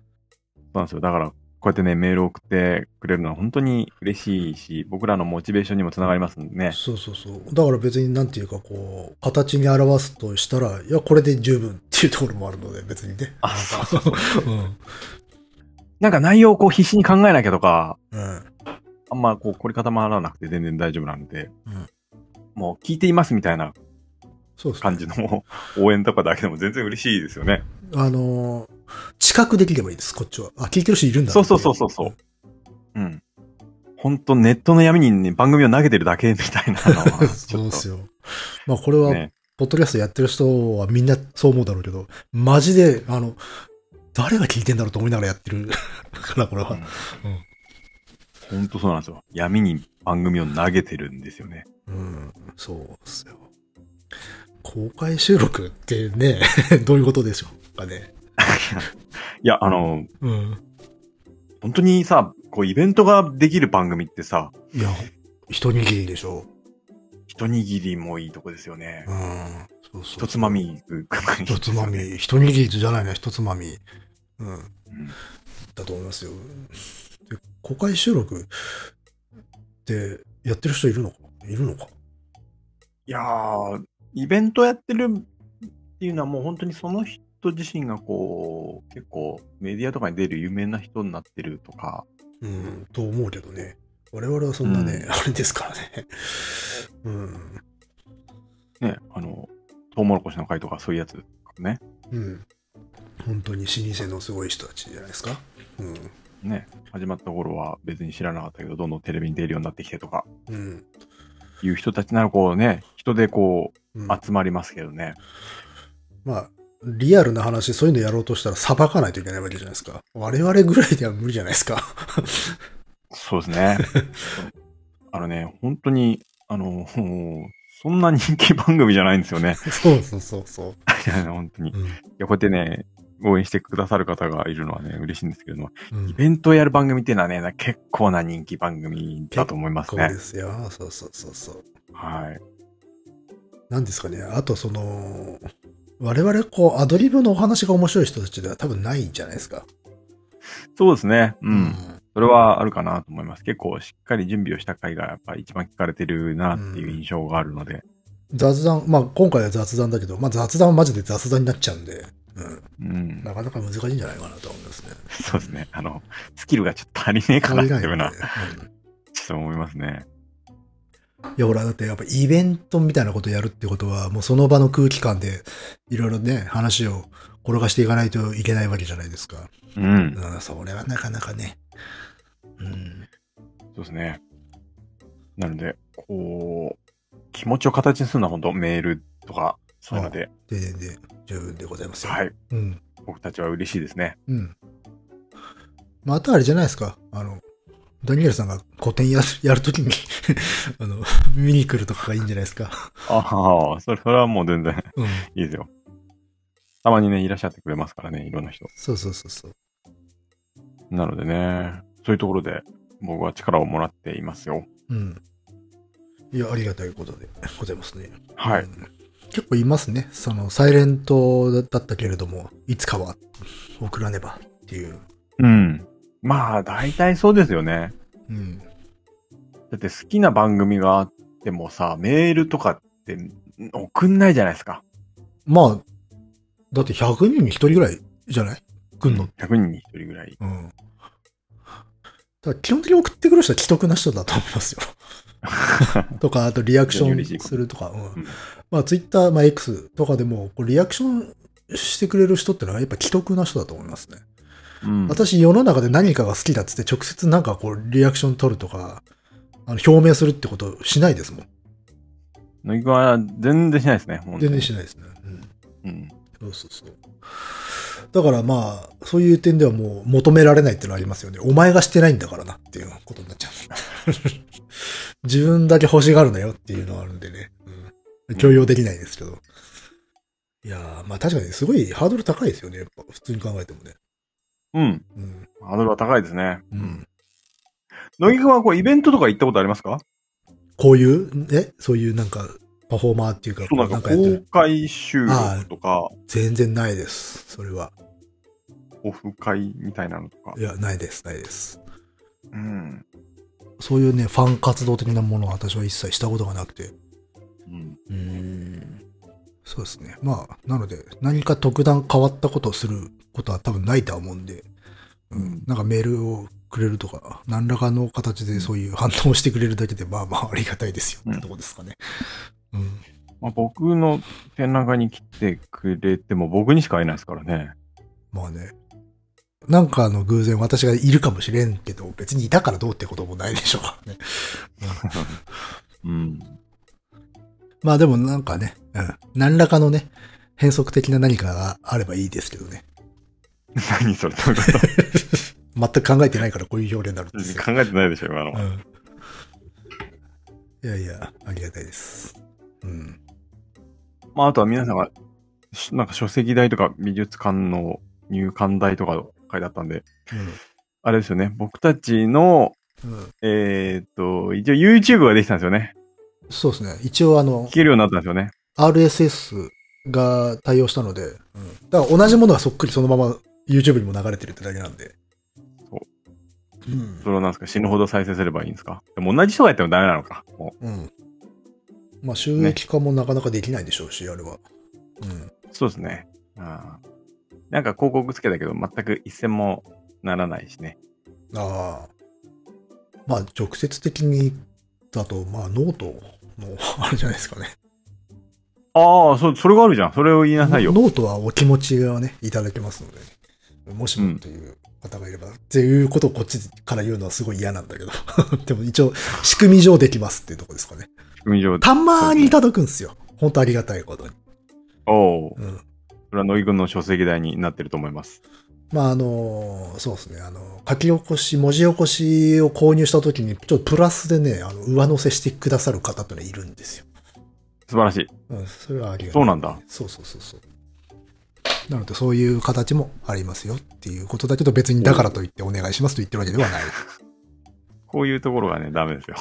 うなんですよ。だから、こうやってね、メールを送ってくれるのは本当に嬉しいし、僕らのモチベーションにもつながりますんでね。そうそうそう。だから別になんていうかこう、形に表すとしたら、いや、これで十分っていうところもあるので、別にね。あそう そう。うん。なんか内容をこう必死に考えなきゃとか、うん。あんまこう凝り固まらなくて全然大丈夫なんで、うんもう聞いていますみたいなそうですね。感じの 応援とかだけでも全然嬉しいですよね。あのー、知覚できればいいです、こっちは。あ、聞いてる人いるんだなそうそうそうそうそう。うん。ほんとネットの闇に、ね、番組を投げてるだけみたいなのは ちそうょでっとすよ。まあこれは、ね。ポッドキャストやってる人はみんなそう思うだろうけど、マジで、あの、誰が聞いてんだろうと思いながらやってるから、これは。ほんとそうなんですよ。闇に番組を投げてるんですよね。うん、そうですよ。公開収録ってね、 どういうことでしょうかね。いや、あの、うん。本当にさ、こう、イベントができる番組ってさ、いや、一握りでしょ一握りもいいとこですよねう。。うん。そうそう。一つま。みいく感じ一ですつよね、まみ。一握りじゃないな、一つまみ。うん。うん。だと思いますよ。で公開収録ってやってる人いるのかいるのかいやー、イベントやってるっていうのはもう本当にその人自身がこう、結構メディアとかに出る有名な人になってるとか、うん、と思うけどね。我々はそんなね、あれですからね。うん。ね、あの、トウモロコシの会とかそういうやつとかね。うん。本当に老舗のすごい人たちじゃないですか。うん。ね、始まった頃は別に知らなかったけど、どんどんテレビに出るようになってきてとか、うん。いう人たちならこうね、人でこう、うん、集まりますけどね。まあ、リアルな話、そういうのやろうとしたら裁かないといけないわけじゃないですか。我々ぐらいでは無理じゃないですか。そうですね。あのね、本当に、あの、もうそんな人気番組じゃないんですよね。そうそうそうそう。本当に。いうんや、こうやってね、応援してくださる方がいるのはね、嬉しいんですけれども、うんイベントをやる番組っていうのはね、な結構な人気番組だと思いますそうねで。すよ。そうそうそうそう。はい。なんですかね、あとその、我々こう、アドリブのお話が面白い人たちでは多分ないんじゃないですか。そうですね。う。うんそれはあるかなと思います。結構しっかり準備をした回がやっぱ一番聞かれてるなっていう印象があるので。雑談、まあ今回は雑談だけど、まあ雑談はマジで雑談になっちゃうんで、うん、うん。なかなか難しいんじゃないかなと思います ね。そうですね。あの、スキルがちょっと足りねえかなっていうな、ちょうんっと思いますね。いや、ほら、だってやっぱイベントみたいなことやるってことは、もうその場の空気感で、いろいろね、話を転がしていかないといけないわけじゃないですか。うん。うん、それはなかなかね。うん。そうですね。なので、こう、気持ちを形にするのは本当メールとか、そういうので、で、で、で、十分でございますよ。。はいい、うん。僕たちは嬉しいですね。うん。まあ、あとあれじゃないですか。あの、ダニエルさんが個展やる やるときに、あの、見に来るとかがいいんじゃないですか。ああ、それそれはもう全然うん。いいですよ。たまにね、いらっしゃってくれますからね、いろんな人。そうそうそうそう。なのでね、そういうところで僕は力をもらっていますよ。うん。いや、ありがたいことでございますね。はうい。ん結構いますね。その、サイレントだったけれども、いつかは送らねばっていう。うん。まあ、大体そうですよね。うん。だって好きな番組があってもさ、メールとかってん送んないじゃないですか。まあ、だって100人に1人ぐらいじゃない来んの。 100人に1人ぐらい。うん。ただ基本的に送ってくる人は既得な人だと思いま すよ。とか、あとリアクシ非常に嬉しいョンことするとか、うんうんまあツイッター、まあ X とかでも、こうリアクションしてくれる人ってのはやっぱ既得な人だと思いますね。うん私世の中で何かが好きだっつって直接なんかこうリアクション取るとか、あの表明するってことしないですもん。乃木くんは全然しないですね。全然しない。ないですね。うん。うん。そうそうそう。だからまあ、そういう点ではもう求められないっていうのはありますよね。お前がしてないんだからなっていう ことになっちゃう。自分だけ欲しがるなよっていうのはあるんでね。うん、強要できないですけど。いやー、まあ確かにすごいハードル高いですよね。やっぱ普通に考えてもね。うん。うん。ハードルは高いですね。うん。乃木くんはこうイベントとか行ったことありますかこういう、えそういうなんか、パフォーマーっていうか、そうなんかなんかやって公る。開収録とか、全然ないです。それは。オフ会みたいなのとかい。や、ないです、ないです。うん。そういうね、ファン活動的なものは私は一切したことがなくて。うん。そうですね。まあ、なので、何か特段変わったことをすることは多分ないとは思うんで、うんうんなんかメールをくれるとか、何らかの形でそういう反応をしてくれるだけで、まあまあありがたいですよ、うんってとこですかね。うん。まあ、僕の展覧会に来てくれても僕にしか会えないですからね。まあね。なんかあの偶然私がいるかもしれんけど、別にいたからどうってこともないでしょうからね。 うん。まあでもなんかね、うん。何らかのね、変則的な何かがあればいいですけどね。 何それどういうこと全く考えてないからこういう表現になるんですよ。考えてないでしょ、今のう。ん、いやいや、ありがたいです。うん。まあ、あとは皆さんが、しなんか書籍代とか美術館の入館代とか書いてあったんで、あれですよね、僕たちの、うん。うん。えーっと、一応 YouTube ができたんですよね。そうですね。一応あの聞、けるようになったんですよね。 RSS が対応したので、うん、だから同じものがそっくりそのまま YouTube にも流れてるってだけなんで。。そううんそ。れをなんですか死ぬほど再生すればいいんですかでも同じ人がやってもダメなのか。もうん。まあ、収益化もなかなかできないでしょうし、あれは。うん。うそうですね。あーなんか広告つけたけど、全く一銭もならないしね。ああ。まあ、直接的にだと、まあ、ノートの、あれじゃないですかね。ああ、そ、それがあるじゃん。それを言いなさいよ。ノートはお気持ちがね、いただけますので、もしもという方がいれば、っていうことをこっちから言うのはすごい嫌なんだけど。 でも一応、仕組み上できますっていうとこですかね。仕組み上で。たまにいただくんですよ。本当ありがたいことに。おお。うん。それは乃木君の書籍代になってると思います。まあ、あの、そうですね。あの、書き起こし、文字起こしを購入した時に、ちょっとプラスでね、あの、上乗せしてくださる方ってのはいるんですよ。素晴らしい。うん、それはありがたい。そうなんだ。そうそうそうそう。なので、そういう形もありますよっていうことだけど、別にだからといってお願いしますと言ってるわけではない。こういうところがね、ダメですよ。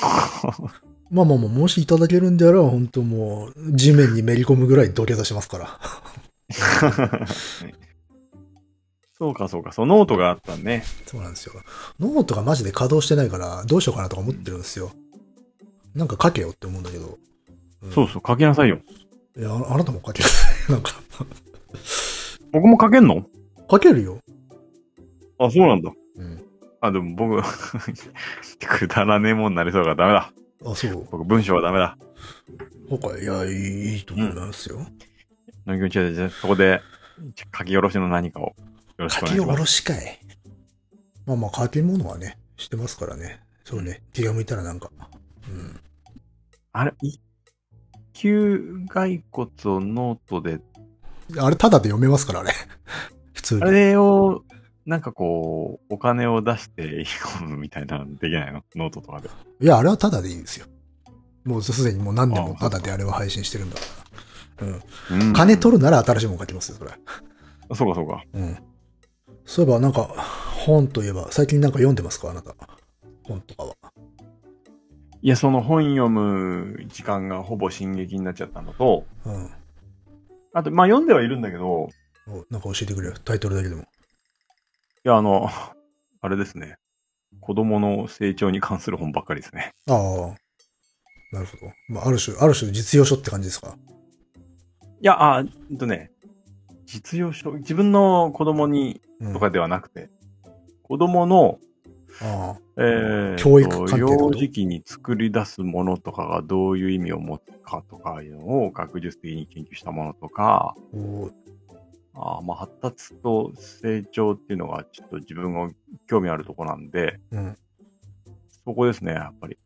まあまあまあ、もしいただけるんであれば、本当もう、地面にめり込むぐらい土下座しますから。そうか、そうか。そのノートがあったね。 そうなんですよ。ノートがマジで稼働してないから、どうしようかなとか思ってるんですよ。なんか書けよって思うんだけど。んそうそう、書きなさいよ。いや、ああなたも書ける。なんか、僕も書けんの書けるよ。あ、そうなんだ。うん。あ、でも僕、 くだらねえもんなりそうだからダメだ。あ、そう。僕、文章はダメだ。今回、いや、いいいいと思いますよ。乃木君、じゃあそこで、書き下ろしの何かを、よろしく書お願きいし下まろす。しかい。まあまあ、書き物はね、してますからね。そうね。気が向いたらなんか。うん。あれ、一級骸骨をノートで、あれ、ただで読めますから、あれ。 普通に。あれを、なんかこう、お金を出して読むみたいなのできないのノートとかで。いや、あれはただでいいんですよ。もうすでにもう何年もあただであれは配信してるんだから。うん。うん金取るなら新しいもの書きますよ、それ。そうか、そうか。うん。そういえば、なんか、本といえば、最近なんか読んでますかあなた。本とかは。いや、その本読む時間がほぼ進撃になっちゃったのと、うん。あと、まあ読んではいるんだけど、おなんか教えてくれよ。タイトルだけでも。いや、あの、 あれですね。子供の成長に関する本ばっかりですね。ああ。なるほど。まあ、ある種、ある種実用書って感じですか。いや、あ、えっとね、実用書、自分の子供にうん。とあかではなくて、子供の、あ。えー教育関係のこ幼と児期に作り出すものとかがどういう意味を持つかとかいうのを学術的に研究したものとか、おーあーまあ発達と成長っていうのがちょっと自分が興味あるとこなんで、うん。そこですね、やっぱり。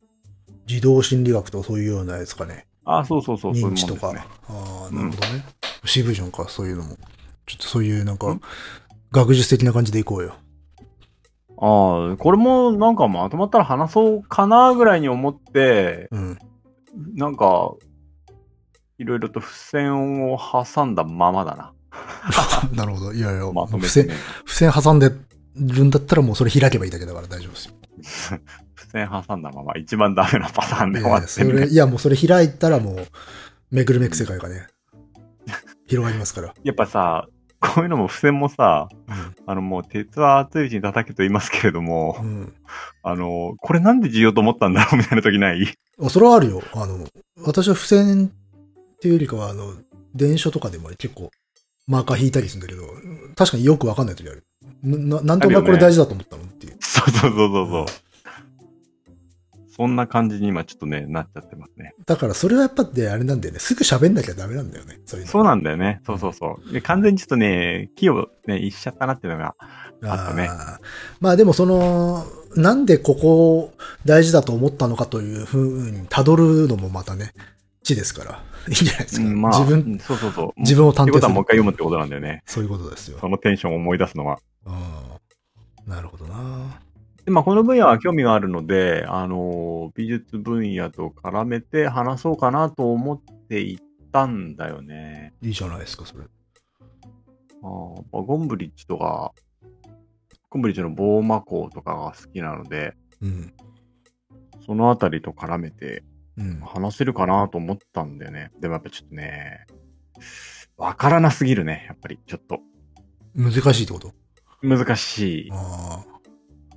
児童心理学とかそういうようなやつかね。あーそうそうそう、そういうも認んで知すとか。ね。ああ、うんなるほどね。渋いじゃんか、そういうのも。ちょっとそういう、なんか、学術的な感じでいこうよ。ああ、これもなんかまとまったら話そうかなぐらいに思って、 うん。なんか、いろいろと付箋を挟んだままだな。なるほど。いやいや、まとめて、付箋、ね。付箋挟んでるんだったらもうそれ開けばいいだけだから大丈夫ですよ。付箋挟んだまま、一番ダメなパターンでい終やわいや、っそてる、れ、いやもうそれ開いたらもう、めくるめく世界 がね、広がりますから。やっぱさ、こういうのも付箋もさ、あのもう鉄は熱いうちに叩けと言いますけれども、うん。あの、これなんで重要と思ったんだろうみたいな時ないあ、それはあるよ。あの、私は付箋っていうよりかは、あの、電書とかでも結構、マーカー引いたりするんだけど、確かによくわかんない時ある。な、なんとあるよかねこれ大事だと思ったのっていう。そうそうそうそうそう。そんな感じに今ちょっとね、なっちゃってますね。だからそれはやっぱであれなんだよね。すぐ喋んなきゃダメなんだよね。そういうのそうなんだよね。そうそうそう。で完全にちょっとね、木をね、いっしちゃったなっていうのが。あったねあーまあでもその、なんでここを大事だと思ったのかというふうに辿るのもまたね、地ですから。 いいんじゃないですか。うんまあ、自う分、んそうそうそう。自分を探って偵こすとはるもう一。回読むってことなんだよね。そういうことですよ。そのテンションを思い出すのは。うんなるほどな。でまあ、この分野は興味があるので、あのー美術分野と絡めて話そうかなと思っていたんだよね。いいじゃないですか、それ。あーまあゴンブリッジとか、ゴンブリッジのボーマ港とかが好きなので、うん。そのあたりと絡めてうん。話せるかなと思ったんだよね。でもやっぱちょっとね、わからなすぎるね。やっぱりちょっと難しいってこと難しいああ。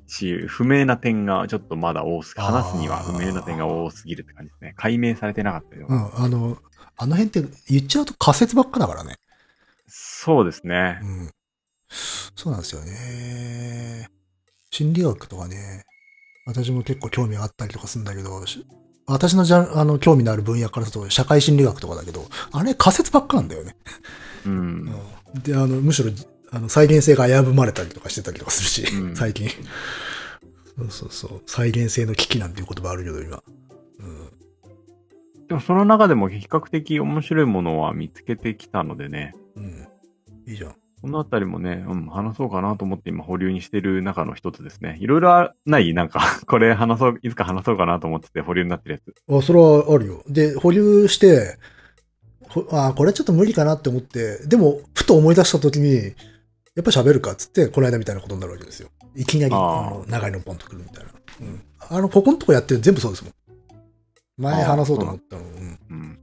し、不明な点がちょっとまだ多すぎ、話すにはあー不明な点が多すぎるって感じですね。解明されてなかったよ。うん。あの、あの辺って言っちゃうと仮説ばっかだからね。そうですね。うん。そうなんですよね。心理学とかね、私も結構興味があったりとかするんだけど、し私のじゃあの興味のある分野からすると社会心理学とかだけど、あれ仮説ばっかなんだよね。うん。で、あの、むしろ、あの、再現性が危ぶまれたりとかしてたりとかするし、うん最近。そうそうそう。再現性の危機なんていう言葉あるけど、今。うん。でもその中でも比較的面白いものは見つけてきたのでね、うん。いいじゃん。このあたりもね、うん、話そうかなと思って今保留にしてる中の一つですね。いろいろあないなんか、 これ話そう、いつか話そうかなと思ってて保留になってるやつ。あ、それはあるよ。で、保留して、ほあ、これちょっと無理かなって思って、でも、ふと思い出した時に、やっぱ喋るかっつって、この間みたいなことになるわけですよ。いきなり、ああーの、長いのポンとくるみたいな。うん。あの、ここのとこやってる全部そうですもん。前あー話そうと思ったの。うん。うん。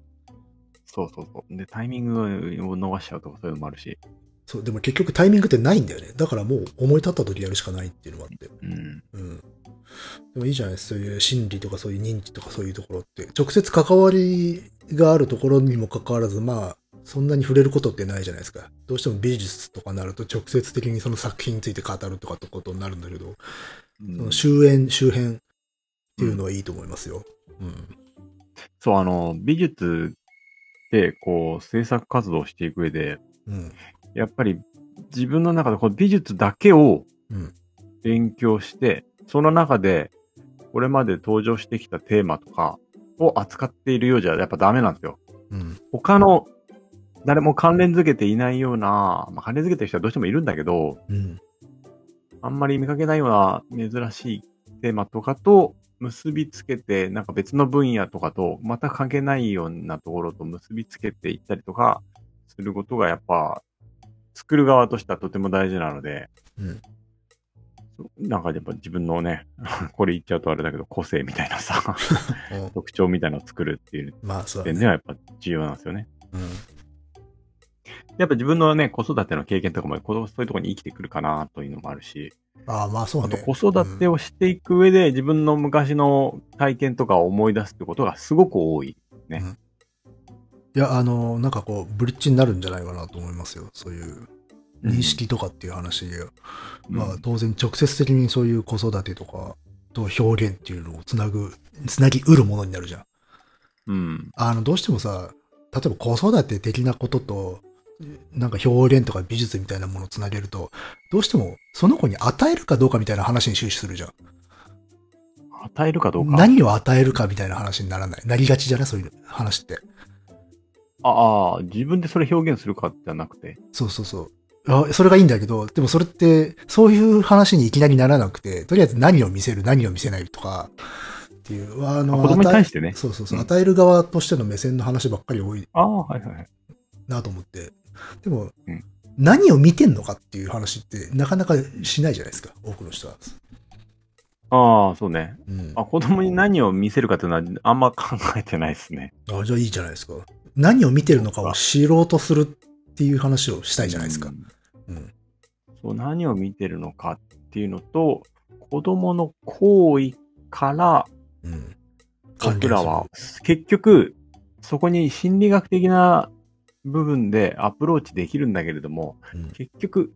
そうそうそう。で、タイミングを逃しちゃうとかそういうのもあるし。そう、でも結局タイミングってないんだよね。だからもう思い立った時やるしかないっていうのがあって。うん。うん。でもいいじゃないそういう心理とかそういう認知とかそういうところって、直接関わりがあるところにもかかわらず、まあ、そんなに触れることってないじゃないですか。どうしても美術とかになると直接的にその作品について語るとかってことになるんだけど、その終焉、周辺っていうのはいいと思いますよ。うん。そう、あの、美術で、こう、制作活動をしていく上で、うん。やっぱり自分の中でこの美術だけをうん勉強して、その中でこれまで登場してきたテーマとかを扱っているようじゃやっぱダメなんですよ。うん。他の誰も関連づけていないような、まあ、関連づけてる人はどうしてもいるんだけど、うん。あんまり見かけないような珍しいテーマとかと結びつけて、なんか別の分野とかと、また関係ないようなところと結びつけていったりとかすることがやっぱ、作る側としてはとても大事なので、うんそなんかやっぱ自分のね、 これ言っちゃうとあれだけど、個性みたいなさ、 うん特徴みたいなのを作るっていうまあ、そうだ点ね。ではやっぱ重要なんですよね。うん。やっぱ自分のね、子育ての経験とかも、こうそういうところに生きてくるかなというのもあるし、ああ、まあ、そうあとだね。子育てをしていく上で自分の昔の体験とかを思い出すってことがすごく多い。いや、あの、なんかこう、ブリッジになるんじゃないかなと思いますよ。そういう認識とかっていう話が。うんまあ、当然直接的にそういう子育てとかと表現っていうのをつなぐ、つなぎうるものになるじゃん。うん。あの、どうしてもさ、例えば子育て的なことと、なんか表現とか美術みたいなものをつなげると、どうしてもその子に与えるかどうかみたいな話に終始するじゃん。与えるかどうか。何を与えるかみたいな話にならない。なりがちじゃないそういう話って。ああ、自分でそれ表現するかじゃなくて。そうそうそう。あそれがいいんだけど、でもそれって、そういう話にいきなりならなくて、とりあえず何を見せる、何を見せないとか、っていう、あの、子供に対与えしてね。そうそうそう、うん与える側としての目線の話ばっかり多いああ、はいはいはい。なと思って。でも、うん何を見てんのかっていう話って、なかなかしないじゃないですか、多くの人は。ああ、そうね。うん。あ、子供に何を見せるかっていうのはあんま考えてないですね。あじゃあいいじゃないですか。何を見てるのかを知ろうとするっていう話をしたいじゃないですかう。んうん。そう、何を見てるのかっていうのと、子供の行為からうん。僕らは、結局、そこに心理学的な部分でアプローチできるんだけれども、うん結局、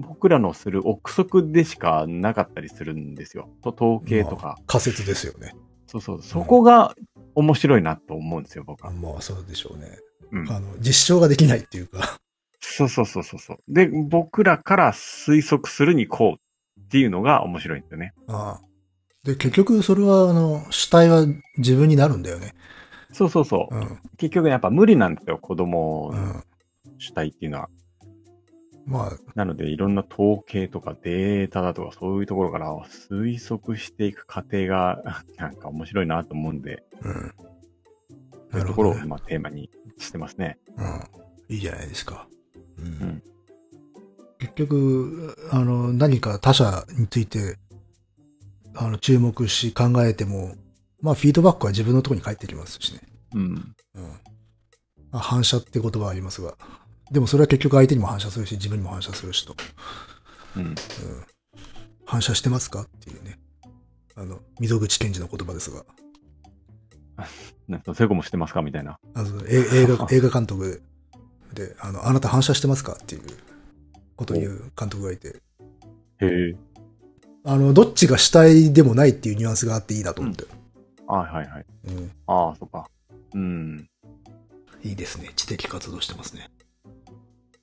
僕らのする憶測でしかなかったりするんですよ。と統計とか。仮説ですよね。そうそう。そこが面白いなと思うんですよ、僕あは。まあ、そうでしょうね。うんあの、実証ができないっていうか。そうそうそうそうそう。で、僕らから推測するにこうっていうのが面白いんですよね。ああで、結局、それは、あの、主体は自分になるんだよね。そうそうそうう。ん。結局やっぱ無理なんですよ、子供うのん。主体っていうのは。まあ、なので、いろんな統計とかデータだとか、そういうところから 推測していく過程が、なんか面白いなと思うんで、うん。そういうところをなる今テーマにしてますね。うん。いいじゃないですか。うんん結局、あの、何か他者について、あの、注目し考えても、まあ、フィードバックは自分のところに返ってきますしね。うん。うん。まあ、反射って言葉はありますが。でもそれは結局相手にも反射するし、自分にも反射するしと。うん。反射してますかっていうね。あの、溝口健二の言葉ですが。なんかセコもしてますかみたいな。あのえ映画映画監督であの、あなた反射してますかっていうことを言う監督がいて、へえ。あの、どっちが主体でもないっていうニュアンスがあっていいなと思って。はいはいはい。うんああ、そっか。うん。いいですね。知的活動してますね。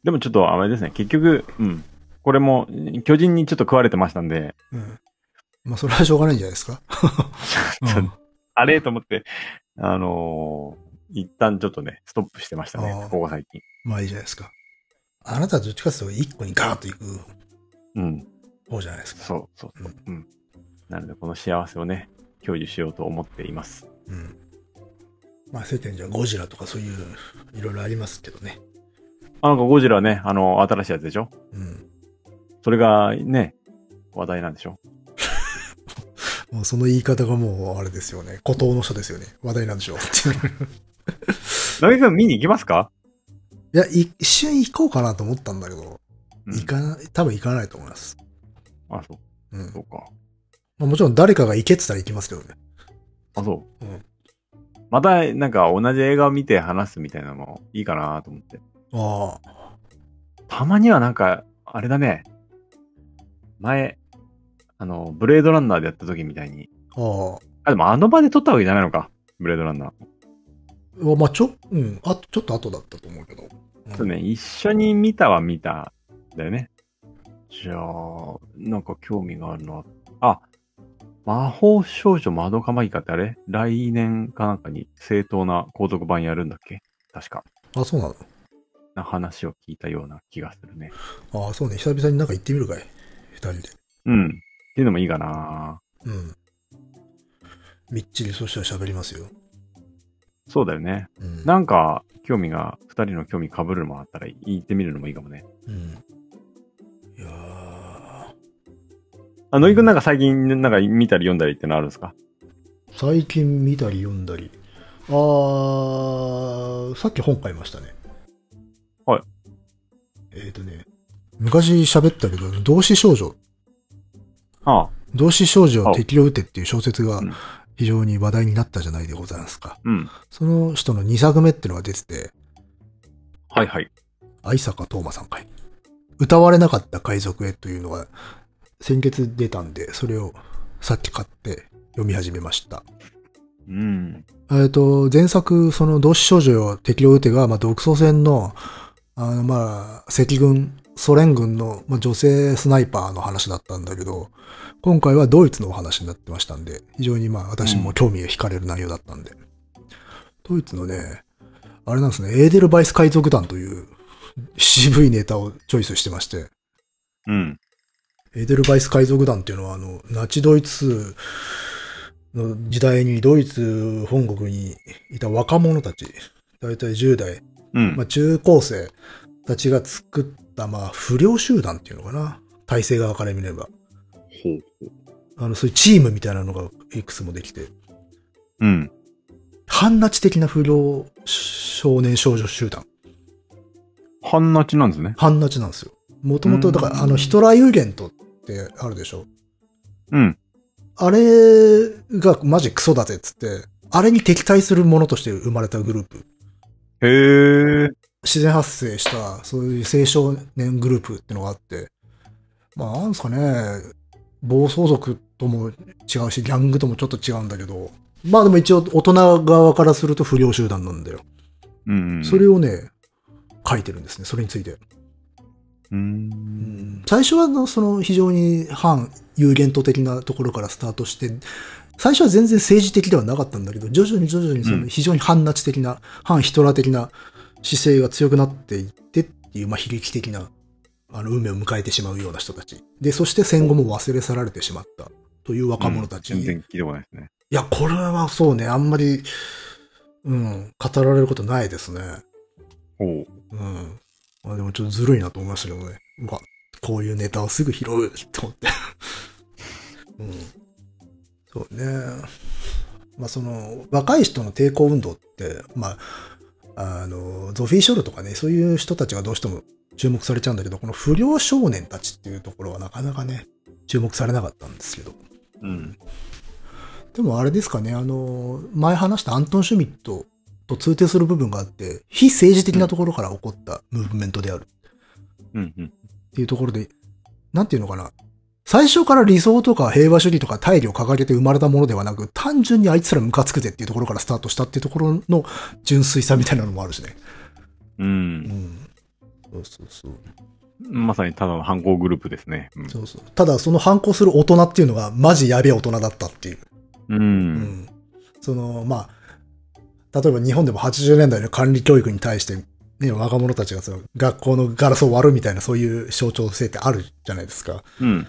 でもちょっとあれですね、結局、うん。これも、巨人にちょっと食われてましたんで、うん。まあ、それはしょうがないんじゃないですか。ちょっとうん あれと思って、あのー一旦ちょっとね、ストップしてましたあねあ、ここ最近。まあいいじゃないですか。あなたはどっちかっていうと一個にガーッといくうん。方じゃないですか。そうそうそう。うん。なので、この幸せをね、享受しようと思っています。うん。まあ世間じゃゴジラとかそういう、いろいろありますけどね。あなんかゴジラね、あの、新しいやつでしょうん。それがね、話題なんでしょもうその言い方がもうあれですよね。孤島の人ですよね。話題なんでしょ う。なぎくん見に行きますか、いや、い一瞬行こうかなと思ったんだけど、うん、行かな、多分行かないと思います。あ、そう、うんそ。うか。まあ、もちろん誰かが行けって言ったら行きますけどね。あ、そう。うんまた、なんか同じ映画を見て話すみたいなのもいいかなと思って。ああ。たまにはなんか、あれだね。前、あの、ブレードランナーでやった時みたいに。ああ、でもあの場で撮ったわけじゃないのか。ブレードランナー。ちあ。まあ、ちょ、うん。あと、ちょっと後だったと思うけど。ょっとね、一緒に見たは見た。だよね。じゃあ、なんか興味があるのは、あ、魔法少女窓かマギカってあれ来年かなんかに正当な皇族版やるんだっけ確か。あ、そうなな話を聞いたような気がするね。の。ああ、そうね。久々になんか行ってみるかい。二人で。うん。っていうのもいいかなうん。みっちり、そしたら喋りますよ。そうだよね。うん。なんか、興味が、二人の興味被るのもあったら、行ってみるのもいいかもね。うん。いやーあ、のりくんなんか最近、なんか見たり読んだりってのあるんですか最近見たり読んだり。あー、さっき本買いましたね。はい。えっ、ー、とね、昔喋ったけど、同志少女ああ、同志少女を敵を撃てっていう小説がうん非常に話題になったじゃないでございますか。うん。その人の2作目ってのが出てて、はいはい。愛坂東馬さんかい。歌われなかった海賊へというのが先月出たんで、それをさっき買って読み始めました。うん。えっと、前作、その同志少女を敵を撃てが、まあ、独ソ戦の、あの、まあ、赤軍、ソ連軍の、まあ、女性スナイパーの話だったんだけど、今回はドイツのお話になってましたんで、非常にまあ、私も興味が惹かれる内容だったんで。ドイツのね、あれなんですね、エーデルバイス海賊団という渋いネタをチョイスしてまして、うん。エーデルバイス海賊団っていうのは、あの、ナチドイツの時代にドイツ本国にいた若者たち、だいたい10代、うん。まあ、中高生たちが作った、まあ、不良集団っていうのかな。体制側から見れば。ほうほう。あの、そういうチームみたいなのがいくつもできて、うん。反ナチ的な不良少年少女集団。半ナチなんですね。反ナチなんですよ。もともと、だかうんら、あの、ヒトラーユーゲントってあるでしょ。うん。あれがマジクソだぜっつって、あれに敵対するものとして生まれたグループ。へえ。自然発生した、そういう青少年グループってのがあって、まあ、なんですかね、暴走族とも違うし、ギャングともちょっと違うんだけど、まあでも一応大人側からすると不良集団なんだよ。うん。それをね、書いてるんですね、それについて。う。うんん最初はあのその非常に反有限度的なところからスタートして、最初は全然政治的ではなかったんだけど、徐々に徐々にそうのん非常に反ナチ的な、反ヒトラー的な姿勢が強くなっていってっていう、まあ、非力的なあの運命を迎えてしまうような人たち。で、そして戦後も忘れ去られてしまったという若者たちうんに、全然聞いてこないですね。いや、これはそうね、あんまり、うん、語られることないですね。おううん。まあでもちょっとずるいなと思いましたけどね。うわ、こういうネタをすぐ拾うと思って。 うん。そうね。まあその、若い人の抵抗運動って、まあ、あの、ゾフィー・ショルとかね、そういう人たちがどうしても注目されちゃうんだけど、この不良少年たちっていうところはなかなかね、注目されなかったんですけど。うん。でもあれですかね、あの、前話したアントン・シュミットと通底する部分があって、非政治的なところから起こったムーブメントである。うん。うん。っていうところで、なんていうのかな。最初から理想とか平和主義とか大義を掲げて生まれたものではなく、単純にあいつらムカつくぜっていうところからスタートしたっていうところの純粋さみたいなのもあるしね。う。うんん。そうそうそう。まさにただの犯行グループですね。そうそう。ただ、その反抗する大人っていうのがマジやべえ大人だったっていう。うん。う。うんん。その、まあ、例えば日本でも80年代の管理教育に対して、ね、若者たちがその学校のガラスを割るみたいなそういう象徴性ってあるじゃないですか。うん。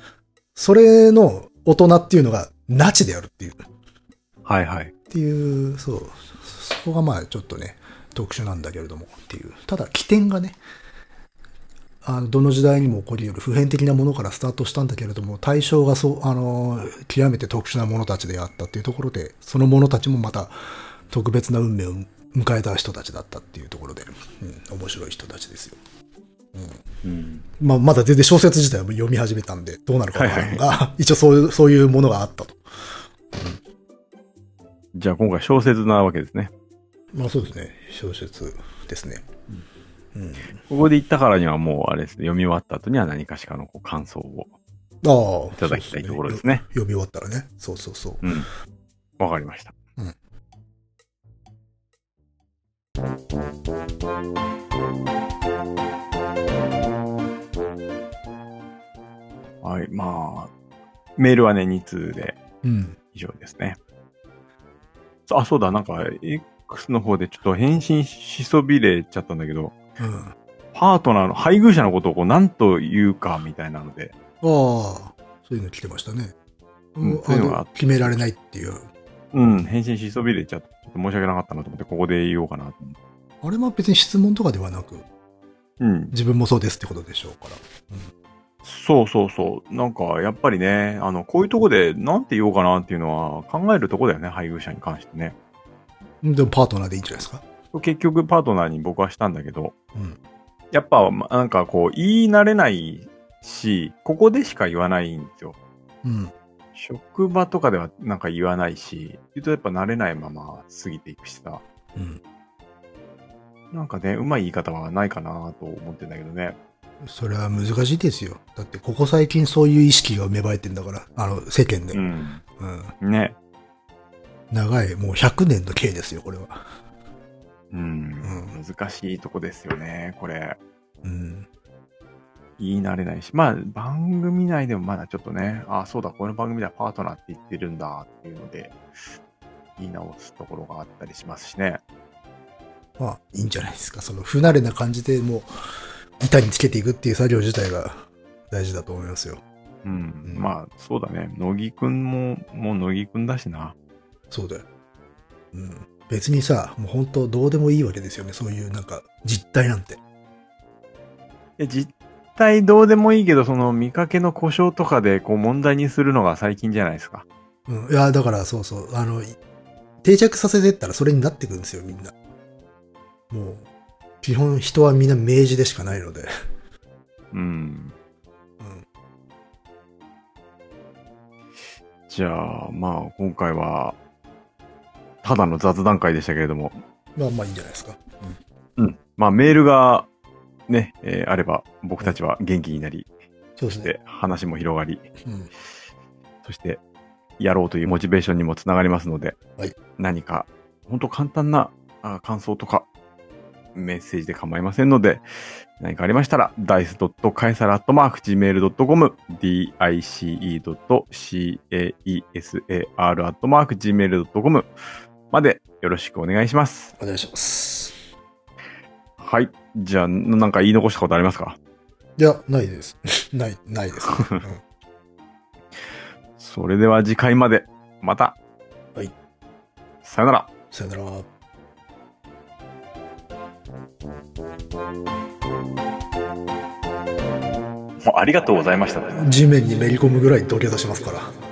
それの大人っていうのが、ナチであるっていう、っはいはい。ていう、そう、そこがまあちょっとね、特殊なんだけれどもっていう。ただ、起点がね、あの、どの時代にも起こり得る普遍的なものからスタートしたんだけれども、対象がそう、あの、極めて特殊な者たちであったっていうところで、その者たちもまた特別な運命を迎えた人たちだったっていうところで、うん、面白い人たちですよ。うん。まあ、まだ全然小説自体は読み始めたんで、どうなるかわからんが、一応そういう、そういうものがあったと。じゃあ今回小説なわけですね。まあそうですね。小説ですね。うん。ここで言ったからにはもうあれですね、読み終わった後には何かしらのこう感想をああ。いただきたいところですね。ね。読み終わったらね。そうそうそう。うん。わかりました。はい、まあ、メールはね、2通でうん。以上ですね。あ、そうだ、なんか、X の方でちょっと返信しそびれちゃったんだけど、うん。あパートナーの配偶者のことをこう、なんと言うか、みたいなので、あ。そういうの来てましたね。うんうんそういうのがあの決められないっていう。うん、返信しそびれちゃって、ちょっと申し訳なかったなと思って、ここで言おうかなと思って。あれも別に質問とかではなく、うん、自分もそうですってことでしょうから。そうそうそう。なんか、やっぱりね、あの、こういうとこで、なんて言おうかなっていうのは、考えるとこだよね、配偶者に関してね。うんでもパートナーでいいんじゃないですか。結局、パートナーに僕はしたんだけど、うん。やっぱ、まなんかこう、言い慣れないし、ここでしか言わないんですよ。うん。職場とかではなんか言わないし、言うとやっぱ慣れないまま過ぎていくしさ、うん。なんかね、うまい言い方はないかなと思ってんだけどね。それは難しいですよ。だって、ここ最近そういう意識が芽生えてんだから、あの、世間で。うん。うん。ね。長い、もう100年の刑ですよ、これは。うん。難しいとこですよね、これ。うん。言い慣れないし、まあ、番組内でもまだちょっとね、あ、そうだ、この番組ではパートナーって言ってるんだっていうので、言い直すところがあったりしますしね。まあ、いいんじゃないですか。その、不慣れな感じでもう、板につけていくっていう作業自体が大事だと思いますよ。うん。うんまあ、そうだね。乃木くんも、もう乃木くんだしな。そうだよ。うん。別にさ、もう本当どうでもいいわけですよね。そういう、なんか、実態なんて。いや実態どうでもいいけど、その見かけの故障とかでこう問題にするのが最近じゃないですか。うん。いや、だから、そうそう。あの、い定着させてったらそれになってくんですよ、みんな。もう、基本人はみんな明示でしかないので。 うん。うん。じゃあ、まあ、今回は、ただの雑談会でしたけれども、まあまあいいんじゃないですか。うん。まあ、メールが、ね、えーあれば、僕たちは元気になり、そうでそすしね。て話も広がり、うん。そして、やろうというモチベーションにもつながりますので、はい何か、本当簡単なあ感想とか、メッセージで構いませんので、何かありましたら、dice.caesar.gmail.com、dice.caesar.gmail.com までよろしくお願いします。お願いします。はい。じゃあ、なんか言い残したことありますかいや、ないです。 ない、ないです。うんそれでは次回まで。また。はい。さよなら。さよなら。もうありがとうございました。地面にめり込むぐらい土下座しますから。